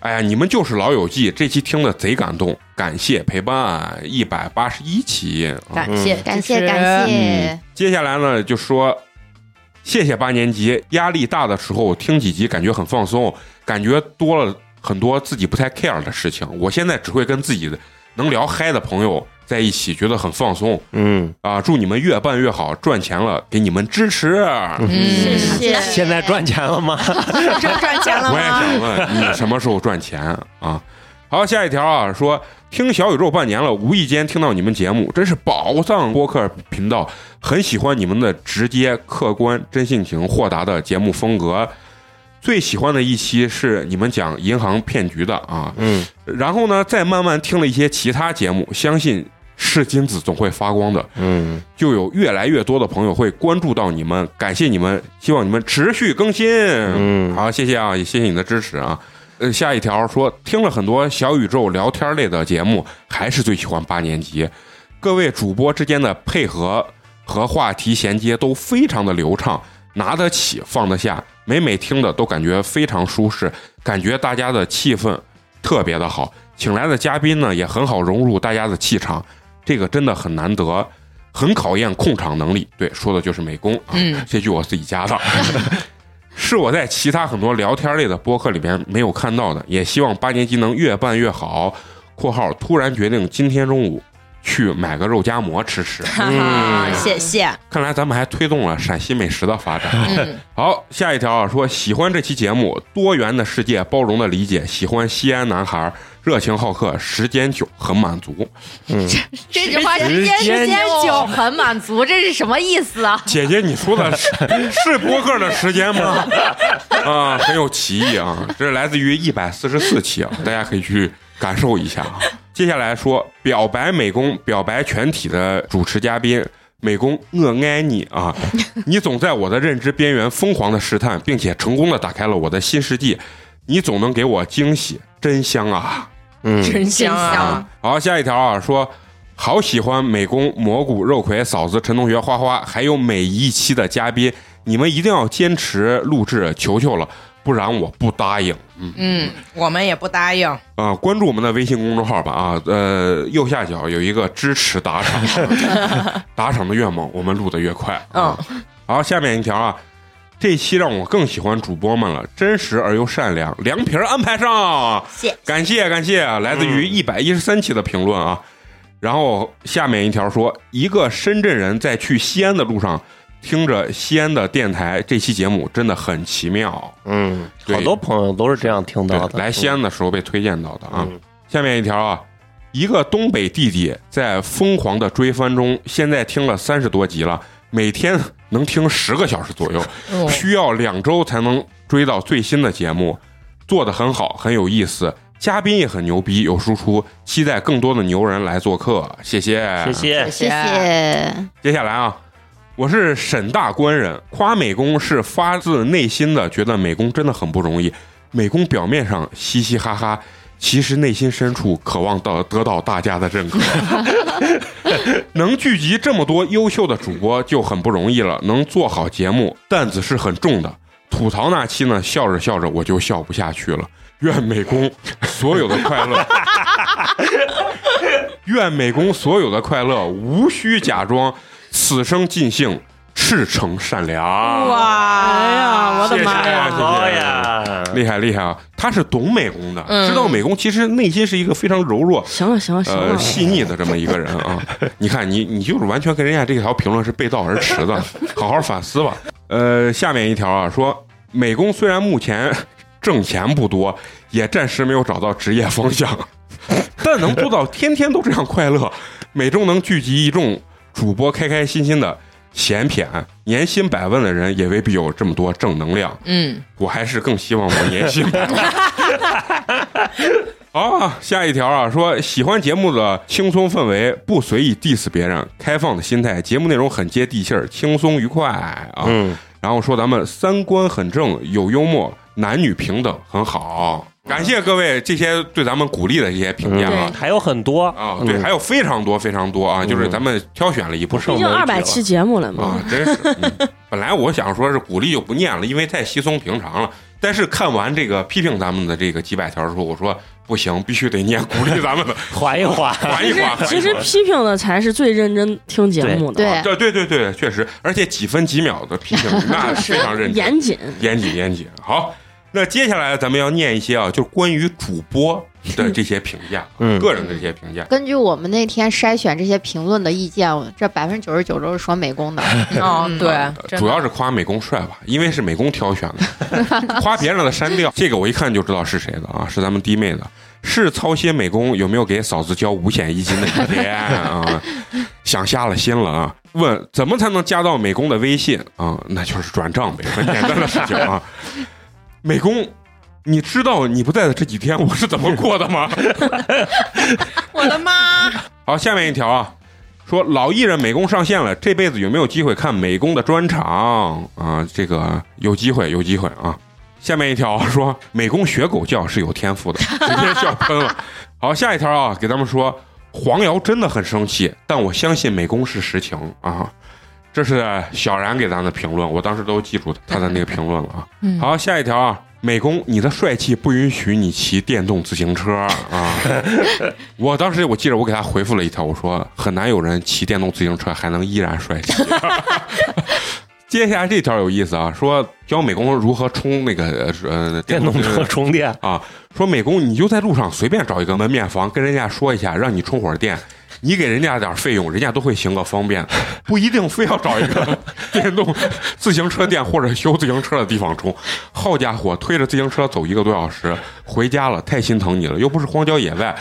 哎呀，你们就是《老友记》这期听的贼感动，感谢陪伴一百八十一期，
感谢、嗯、
感谢感谢、嗯。
接下来呢，就说。谢谢八年级，压力大的时候听几集感觉很放松，感觉多了很多自己不太 care 的事情。我现在只会跟自己的能聊嗨的朋友在一起，觉得很放松。
嗯
啊，祝你们越办越好，赚钱了给你们支持。
嗯，谢谢。
现在赚钱了吗？
赚钱了吗？
我也想问你什么时候赚钱啊？好，下一条啊，说听小宇宙半年了，无意间听到你们节目，真是宝藏播客频道，很喜欢你们的直接、客观、真性情、豁达的节目风格。最喜欢的一期是你们讲银行骗局的啊，
嗯，
然后呢，再慢慢听了一些其他节目，相信是金子总会发光的，
嗯，
就有越来越多的朋友会关注到你们，感谢你们，希望你们持续更新，
嗯，
好，谢谢啊，也谢谢你的支持啊。呃，下一条说，听了很多小宇宙聊天类的节目，还是最喜欢八年级。各位主播之间的配合和话题衔接都非常的流畅，拿得起放得下，每每听的都感觉非常舒适，感觉大家的气氛特别的好，请来的嘉宾呢也很好融入大家的气场，这个真的很难得。很考验控场能力，对，说的就是美工啊。
嗯
这句我自己加的，是我在其他很多聊天类的播客里边没有看到的。也希望八年级能越办越好。（括号突然决定今天中午去买个肉夹馍吃吃。） 嗯
哈哈，谢谢。
看来咱们还推动了陕西美食的发展。
嗯
好，下一条啊，说喜欢这期节目，多元的世界，包容的理解，喜欢西安男孩，热情好客，时间久，很满足。 嗯，
这句话
时
时间
间
时间久很满足，这是什么意思啊？
姐姐，你说的是是播客的时间吗？ 啊，很有歧义啊！这是来自于一百四十四期啊，大家可以去感受一下啊。接下来说表白美工，表白全体的主持嘉宾。美工，我爱你啊！你总在我的认知边缘疯狂的试探，并且成功的打开了我的新世界。你总能给我惊喜，真香啊！嗯
真香啊！
好，下一条啊，说好喜欢美工、蘑菇、肉葵、嫂子、陈同学、花花，还有每一期的嘉宾，你们一定要坚持录制，求求了，不然我不答应。嗯
嗯，我们也不答应。
啊、关注我们的微信公众号吧啊，呃，右下角有一个支持打赏，打赏的越猛，我们录的越快。
哦
嗯，
好，下面一条啊，这期让我更喜欢主播们了，真实而又善良，凉皮儿安排上，
谢
感谢感谢，来自
嗯
于一百一十三期的评论啊。然后下面一条说，一个深圳人在去西安的路上，听着西安的电台，这期节目真的很奇妙。嗯，
好多朋友都是这样听到的。嗯
对来西安的时候被推荐到的啊。下面一条啊，一个东北弟弟在疯狂的追番中，现在听了三十多集了，每天能听十个小时左右，
哦
需要两周才能追到最新的节目，做的很好，很有意思。嘉宾也很牛逼，有输出，期待更多的牛人来做客，谢谢，
谢谢
谢谢。
接下来啊，我是沈大官人，夸美工是发自内心的，觉得美工真的很不容易。美工表面上嘻嘻哈哈，其实内心深处渴望到得到大家的认可。能聚集这么多优秀的主播就很不容易了，能做好节目担子是很重的。吐槽那期呢，笑着笑着我就笑不下去了。愿美工所有的快乐，愿美工所有的快乐无需假装，此生尽兴，赤诚善良。
哇，哎呀，
谢谢
好
谢谢
呀
厉害厉害啊！他是懂美工的，
嗯
知道美工其实内心是一个非常柔弱、
行了行了行了
呃，细腻的这么一个人 啊。你看，你你就是完全跟人家这条评论是背道而驰 的，好好反思吧。呃，下面一条啊，说美工虽然目前挣钱不多，也暂时没有找到职业方向， 但能做到天天都这样快乐， 每周能聚集一众主播开开心心的。闲谝、年薪百万的人也未必有这么多正能量。
嗯，
我还是更希望我年 薪百万。好，下一条啊，说喜欢节目的轻松氛围，不随意 diss 别人，开放的心态，节目内容很接地气儿，轻松愉快啊。嗯，然后说咱们三观很正，有幽默，男女平等，很好。
嗯
感谢各位这些对咱们鼓励的这些评价啊，
还有很多
啊，对，还有非常多非常多啊，就是咱们挑选了一部分，
毕竟二百期节目了嘛
啊，，真是。嗯本来我想说是鼓励就不念了，因为太稀松平常了。但是看完这个批评咱们的这个几百条之后，我说不行，必须得念鼓励咱们的，
缓一缓，
缓一缓。
其实
缓一缓
批评的才是最认真听节目的，
啊对对对对，确实，而且几分几秒的批评， 那非常认真、
严谨。
严谨、严谨。好，那接下来咱们要念一些啊，就关于主播的这些评价，
嗯
个人的这些评价。
根据我们那天筛选这些评论的意见，我这百分之九十九都是说美工 的。嗯
哦，对，真
嗯主
的
要是夸美工帅吧，因为是美工挑选 的，夸别人的删掉。 这个我一看就知道是谁的啊，是咱们弟妹的。是操心美工有没有给嫂子交五险一金的补贴啊？ 想瞎了心了啊！问怎么才能加到美工的微信啊？那就是转账呗，很简单的事情啊。美工，你知道你不在的这几天我是怎么过的吗？
我的妈！
好，下面一条啊，说老艺人美工上线了，这辈子有没有机会看美工的专场啊？这个有机会，有机会啊！下面一条说美工学狗叫是有天赋的， 直接笑喷了。好，下一条啊，给咱们说黄瑶真的很生气，但我相信美工是实情啊。这是小然给咱的评论，我当时都记住他的那个评论了啊。
嗯
好，下一条啊，美工，你的帅气不允许你骑电动自行车啊！我当时我记着我给他回复了一条，我说很难有人骑电动自行车还能依然帅气。接下来这条有意思啊，说教美工如何充那个呃电
动车充电
啊，说美工你就在路上随便找一个门面房，跟人家说一下，让你充会儿电，你给人家点儿费用，人家都会行个方便，不一定非要找一 个电动自行车店或者修自行车的地方充。好家伙，推着自行车走一个多小时，回家了，太心疼你了，又不是荒郊野外。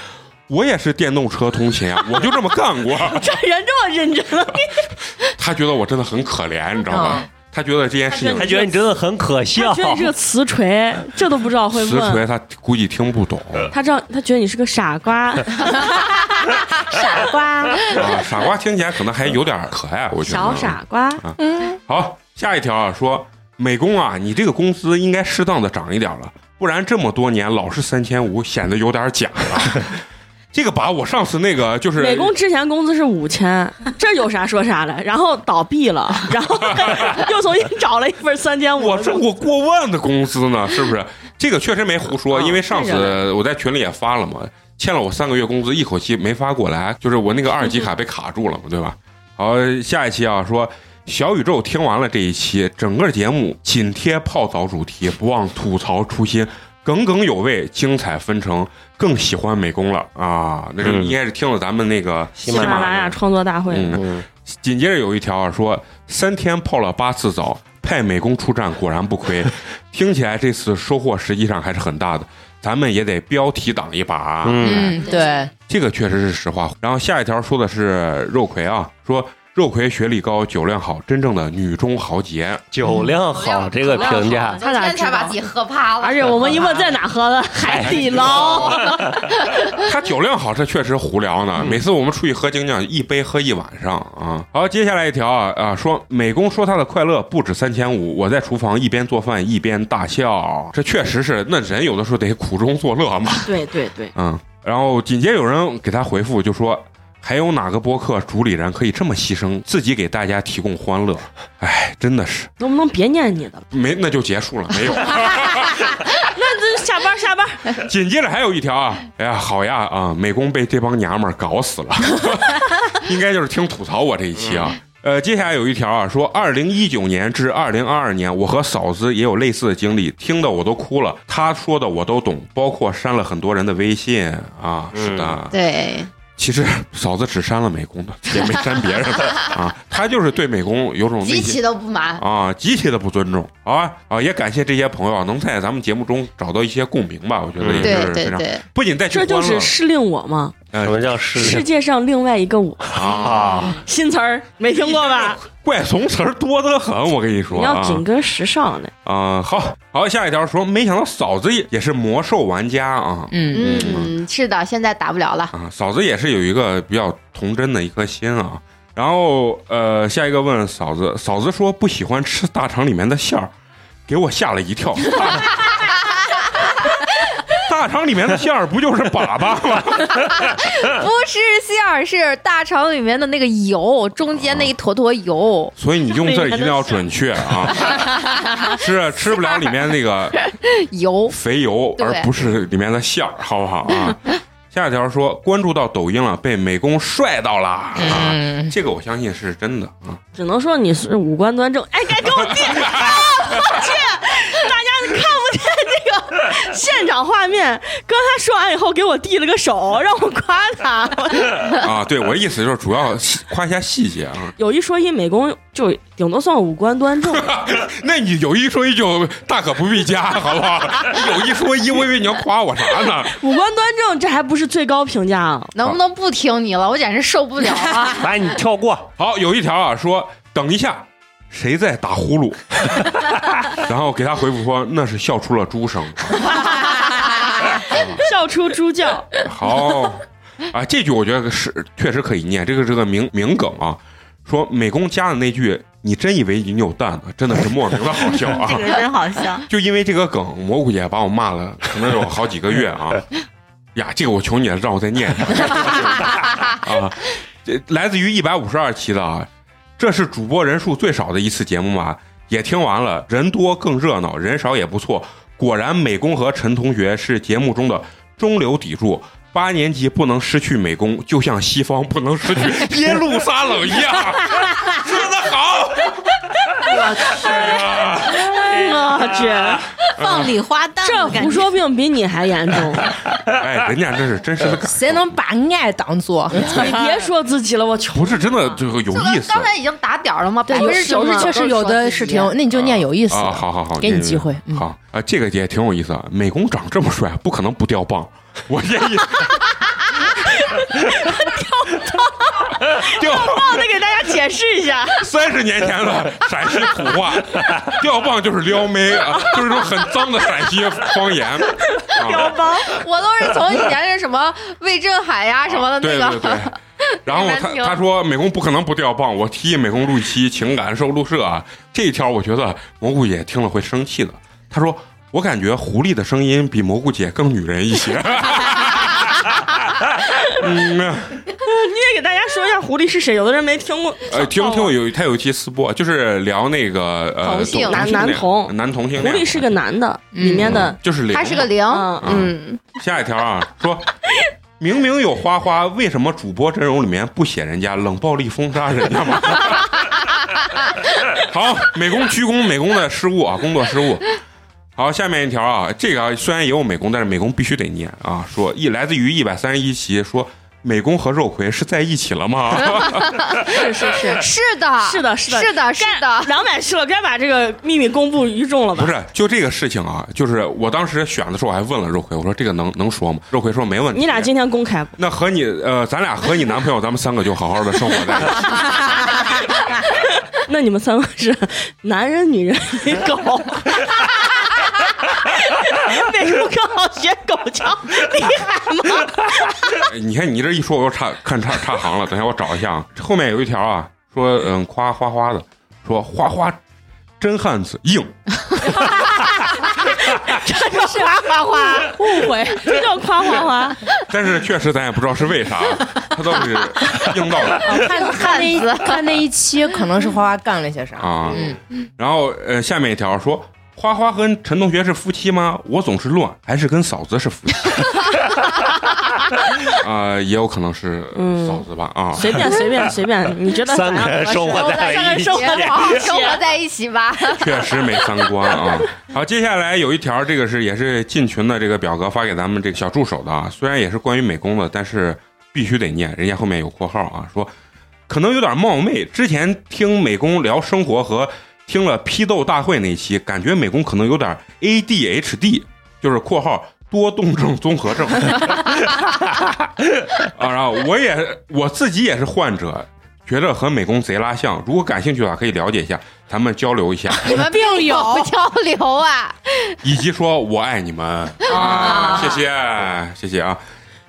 我也是电动车通勤，啊我就这么干 过。
这人这么认真，啊
他觉得我真的很可怜，你知道吗
嗯？
他觉得这件事情，
他觉得你真的很可
他觉得你是个词锤，这都不知道会
实锤，
问。嗯
他估计听不懂。
他知道，他觉得你是个傻 瓜，傻瓜，
啊，傻瓜听起来可能还有点可爱，我觉得。
小傻瓜
啊。
嗯，
好，下一条啊，说美工啊，你这个工资应该适当的涨一点了，不然这么多年老是三千五，显得有点假 了。这个把我上次那个就是
美工之前工资是五千，这有啥说啥的，然后倒闭了，然后 又重新找了一份三千五。
我这我过万的工资呢，是不是？这个确实没胡
啊
说，因为上次我在群里也发了嘛，欠了我三个月工资，一口气没发过来，就是我那个二级卡被卡住了嘛，对吧？好，下一期啊，说小宇宙听完了这一期，整个节目紧贴泡澡主题，不忘吐槽初心。耿耿有味，精彩纷呈，更喜欢美工了啊！那是
嗯
应该是听了咱们那个
喜马拉雅创作大会，
嗯，紧接着有一条啊，说三天泡了八次澡，派美工出战果然 不亏。听起来这次收获实际上还是很大的，咱们也得标题党一把啊。
嗯，对，
这个确实是实话。然后下一条说的是肉葵啊，说肉葵学历高，酒量好，真正的女中豪杰。
嗯酒量好这个评价
他俩
天才把自己喝趴了。
而且我们一 问在哪喝的，海底捞。
他酒量好，这确实胡聊呢。每次我们出去喝精酿，一杯喝一晚上啊。好，接下来一条啊啊，说美工说他的快乐不止三千五，我在厨房一边做饭一边大笑，这确实是，那人有的时候得苦中作乐 嘛。
对对对，
嗯，然后紧接着有人给他回复，就说还有哪个播客主理人可以这么牺牲，自己给大家提供欢乐？哎，真的是
能不能别念你的了？
没，那就结束了，没有。
那就下班下班，
紧接着还有一条啊，哎呀，好呀啊，美工被这帮娘们儿搞死了， 应该就是听吐槽我这一期啊。呃，接下来有一条啊，说二零一九年至二零二二年，我和嫂子也有类似的经历，听的我都哭了，她说的我都懂，包括删了很多人的微信啊，是的，
对，
其实嫂子只删了美工的，也没删别人的啊，她就是对美工有种内
极
心
其的不满。
啊，极其的不尊重，好吧啊！也感谢这些朋友啊能在咱们节目中找到一些共鸣吧，我觉得
嗯
也是
对对
非常
对，
不仅带去
这
欢乐，
就是适令我嘛，
什
么叫世
世界上另外一个我，
啊？
新词儿没听过吧？
怪怂词儿多得很，我跟你说
你要
啊
紧跟时尚的。
啊！好好，下一条说，没想到嫂子也是魔兽玩家啊，
嗯嗯，是的，现在打不了了。
啊，嫂子也是有一个比较童真的一颗心啊。然后呃，下一个问嫂子，嫂子说不喜欢吃大肠里面的馅儿，给我吓了一跳。 大 大肠里面的馅儿不就是粑粑吗？
不是馅儿，是大肠里面的那个油，中间那一坨坨油。
所以你用字一 定要准确啊，吃啊吃不了里面那个
油，
肥油，
对
而不是里面的馅儿，好不好啊？下一条说关注到抖音了，被美工帅到了啊！这个我相信是真的啊。
只能说你是五官端正。哎，该给我定！啊 我去，大家看不见这个现场画面。刚才说完以后，给我递了个手，让我夸他。
啊，对，我的意思就是主要细夸一下细节啊。
有一说一，美工就顶多算五官 端正。
那你有一说一就大可不必加，好不好？有一说一，我以为你要夸我啥呢？
五官端正，这还不是最高评价啊？
能不能不听你了？我简直受不了了。
来，你跳过。好，有一条啊，说等一下，谁在打呼 噜？然后给他回复说那是笑出了猪声。
笑出 猪叫。
好啊，这句我觉得是确实可以念，这个是个名名梗啊。说美工加的那句你真以为你有蛋呢？真的是莫名的好笑 啊！
这个真好笑。
就因为这个梗，蘑菇姐把我骂了，可能有好几个月啊。呀，这个我求你了，让我再念一下啊！这来自于一百五十二期的啊，这是主播人数最少的一次节目吧？也听完了，人多更热闹，人少也不错。果然，美工和陈同学是节目中的中流砥柱。八年级不能失去美工，就像西方不能失去 耶路撒冷一样。说得好，
我去，
我
啊
去，
放礼花
旦，哎这胡说病比你还严重。
哎，人家这是真实的感受。
谁能把爱当做？
你别说自己了，我求。
不是真的，就是有意思。
刚才已经打点儿了吗？
对，
百
哎有
分之九十
时候确实有的是
啊
挺，那你就念有意思。
啊，好好好，
给你机会。嗯
好啊、这个也挺有意思啊。美工长这么帅，不可能不掉棒。 我建议
掉棒的给大家解释一下，
三十年前 的陕西土话，掉棒就是撩妹啊，就是一种很脏的陕西方言。啊、
棒，
我都是从以前是什么魏振海呀什么的那
对对对
个。。
然后他
难
哦
听
他说美工不可能不掉棒，我提议美工录一期情感收录社啊，这一条我觉得蘑菇姐听了会生气的。他说我感觉狐狸的声音比蘑菇姐更女人一些。 嗯，
呃你也给大家说一下狐狸是谁，有的人没听过。
呃，听听有他有一期私播，就是聊那个呃
啊同性
同
男
恋
男同
男同性
狐
恋。
狸是个男的，里面的
就是零，
零，
嗯，下一条啊，说明明有花花，为什么主播阵容里面不写人家冷暴力封杀人家吗？ 好，美工鞠躬，美工的失误啊，工作失误。好，下面一条啊，这个啊虽然也有美工，但是美工必须得念啊。说一来自于一百三十一期，说美工和肉葵是在一起了吗？ 嗯
是是是
是的，
是的，是的，
是的，是的。
两百期了，该把这个秘密公布于众了 吧？
不是，就这个事情啊，就是我当时选的时候，我还问了肉葵，我说这个能能说吗？肉葵说没问题。
你俩今天 公开，
那和你呃，咱俩和你男朋友，咱们三个就好好的生活在一起。
那你们三个是男人、女人、 狗。 美术刚好学狗叫，厉害吗？
哎你看你这一说，我又差看差差行了。等一下我找一下啊，后面有一条啊，说嗯夸花花的，说花花真汉子硬，
这叫夸
花花，
误会，这叫夸花花。
但是确实咱也不知道是为啥，啊他倒是硬到了。
看看那一看那一期，可能是花花干了些啥。
啊。
嗯
然后呃，下面一条说，花花跟陈同学是夫妻吗？我总是乱，还是跟嫂子是夫妻？啊、也有可能是
嗯
嫂子吧啊。
随便随便 随便，你觉得
三个人
咱俩
生活
合适
在
三个
一
人
起
生活在
好好
一起
生活在一起吧。
确实没三观啊！好，接下来有一条，这个是也是进群的这个表格发给咱们这个小助手的啊，虽然也是关于美工的，但是必须得念，人家后面有括号啊，说可能有点冒昧。之前听美工聊生活和听了批斗大会那期，感觉美工可能有点 ADHD，就是括号多动症综合症。啊，然后我也我自己也是患者，觉得和美工贼拉像。如果感兴趣的话，可以了解一下，咱们交流一下，
你们并有交流啊？
以及说我爱你们。
啊
谢谢，谢谢啊。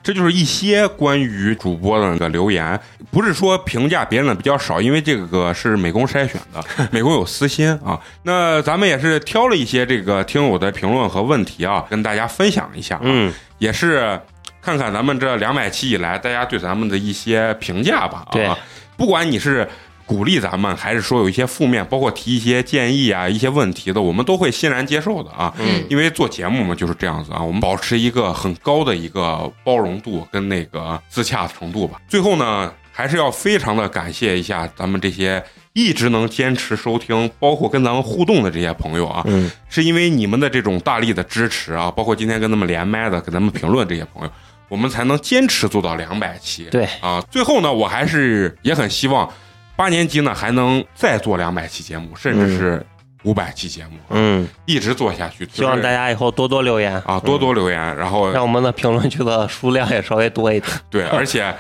这就是一些关于主播的那个留言，不是说评价别人的比较少，因为这个是美工筛选的，美工有私心啊。那咱们也是挑了一些这个听友的评论和问题啊，跟大家分享一下、嗯，也是看看咱们这两百期以来大家对咱们的一些评价吧。对，不管你是鼓励咱们，还是说有一些负面，包括提一些建议啊、一些问题的，我们都会欣然接受的啊。
嗯
因为做节目嘛就是这样子啊，我们保持一个很高的一个包容度跟那个自洽程度吧。最后呢，还是要非常的感谢一下咱们这些一直能坚持收听，包括跟咱们互动的这些朋友啊，
嗯，
是因为你们的这种大力的支持啊，包括今天跟他们连麦的、给咱们评论这些朋友。我们才能坚持做到两百期。
对
啊，最后呢，我还是也很希望八年级呢还能再做两百期节目，甚至是五百期节目，
嗯，
一直做下去。
希望大家以后多多留言
啊，多多留言，然后
让我们的评论区的数量也稍微多一点。
对，而且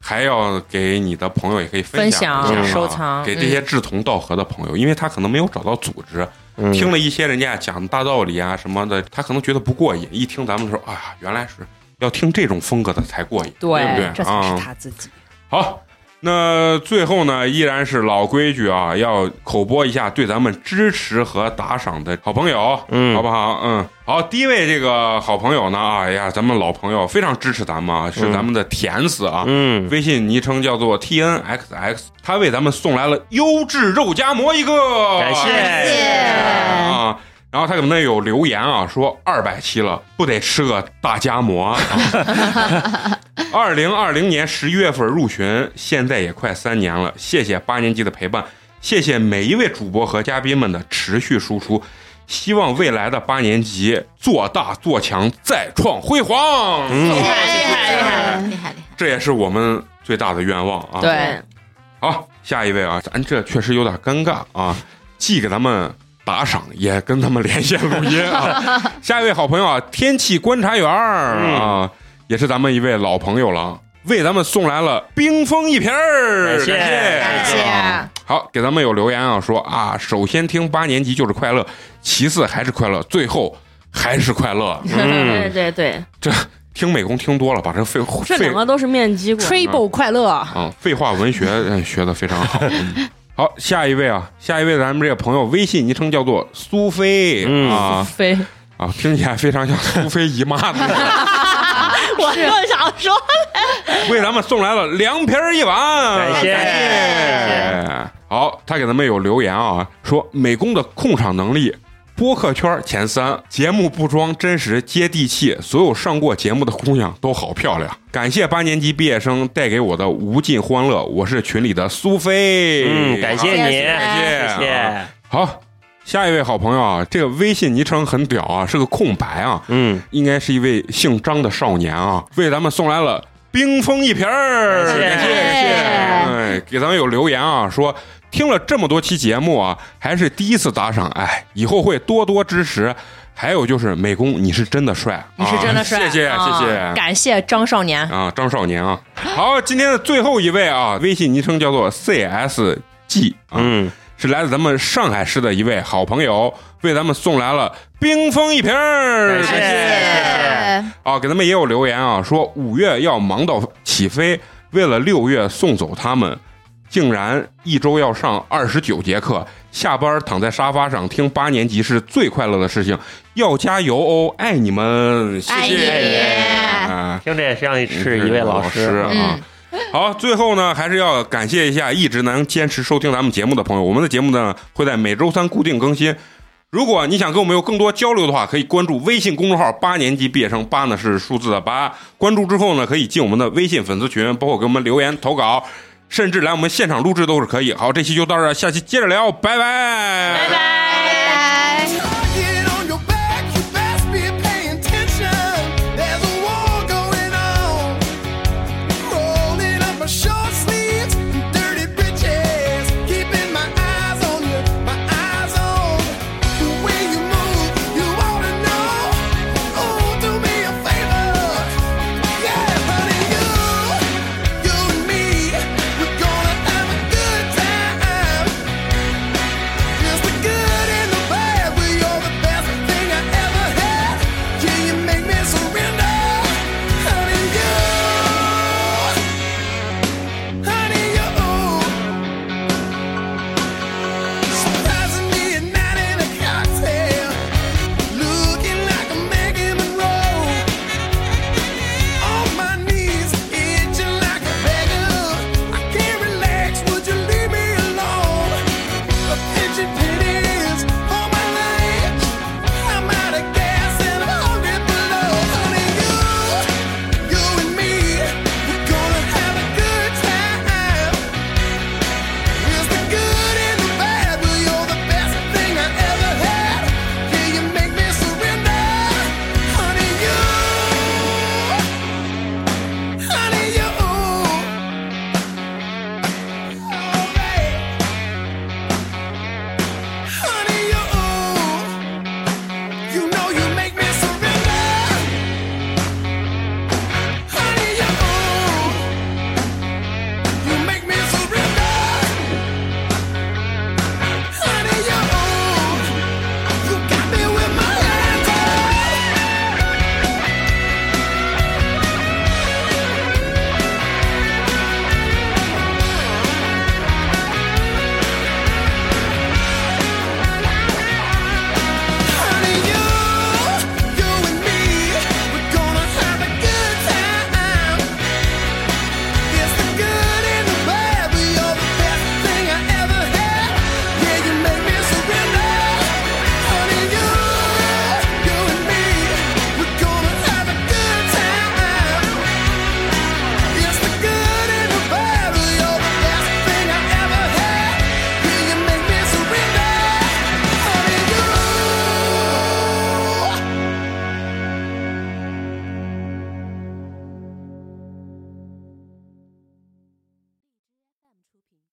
还要给你的朋友也可以享一下
分
啊
享收藏
给这些志同道合的朋友，因为他可能没有找到组织，听了一些人家讲大道理啊什么的，他可能觉得不过瘾。一听咱们说，哎呀，原来是要听这种风格的才过瘾，
对
不对？
这才是
啊
他自己。
好，那最后呢，依然是老规矩啊，要口播一下对咱们支持和打赏的好朋友，嗯，好不好？嗯，好，第一位这个好朋友呢，哎呀，咱们老朋友非常支持咱们啊，是咱们的甜丝啊，嗯，微信昵称叫做 T N X X，他为咱们送来了优质肉夹馍一个，感谢啊。然后他可能有留言啊，说二百期了，不得吃个大夹馍啊！二零二零年十一月份入群，现在也快三年了。谢谢八年级的陪伴，谢谢每一位主播和嘉宾们的持续输出。希望未来的八年级做大做强，再创辉煌。嗯，厉害厉害厉害厉害！这也是我们最大的愿望啊。
对，
好，下一位啊，咱这确实有点尴尬啊，既给咱们打赏，也跟他们连线录音 啊。下一位好朋友啊，天气观察员儿
嗯
啊，也是咱们一位老朋友了，为咱们送来了冰封一瓶儿，
感谢
感谢。啊好，给咱们有留言啊，说啊，首先听八年级就是快乐，其次还是快乐，最后还是快 乐。嗯
对，对对，
这听美工听多了，把这废话
这
哦废
两个都是面基过。
Triple 快 乐，
啊，废话文 学呃学的非常好。嗯好，下一位啊，下一位咱们这个朋友微信昵称叫做苏菲、啊，
飞，
啊，听起来非常像苏菲姨妈的，
我就想说，
为咱们送来了凉皮儿一碗，
感谢
谢好，他给咱们有留言啊，说美工的控场能力。播客圈前三，节目不装，真实接地气，所有上过节目的姑娘都好漂亮。感谢八年级毕业生带给我的无尽欢乐，我是群里的苏菲。
嗯感谢你
感谢，
谢谢
啊好，下一位好朋友啊，这个微信昵称很屌啊，是个空白啊，嗯，应该是一位姓张的少年啊，为咱们送来了冰封一瓶儿，感谢感谢，哎，给咱们有留言啊，说听了这么多期节目啊，还是第一次打赏，哎，以后会多多支持。还有就是美工，你是真的帅，
你是真的帅，
啊谢谢
啊
谢谢，
感谢张少年，
啊，张少年啊。好，今天的最后一位啊，微信昵称叫做 CSG，嗯，是来自咱们上海市的一位好朋友，为咱们送来了冰封一瓶儿，谢谢。啊，给他们也有留言啊，说五月要忙到起飞，为了六月送走他们。竟然一周要上二十九节课，下班躺在沙发上听八年级是最快乐的事情，要加油哦！爱你们，谢谢。啊，
听着也像是一位老师
啊。好，最后呢，还是要感谢一下一直能坚持收听咱们节目的朋友。我们的节目呢会在每周三固定更新。如果你想跟我们有更多交流的话，可以关注微信公众号“八年级毕业生”，八呢是数字的八。关注之后呢，可以进我们的微信粉丝群，包括给我们留言投稿，甚至来我们现场录制都是可以。好，这期就到这儿，下期接着聊，拜拜，拜拜。
Oh, oh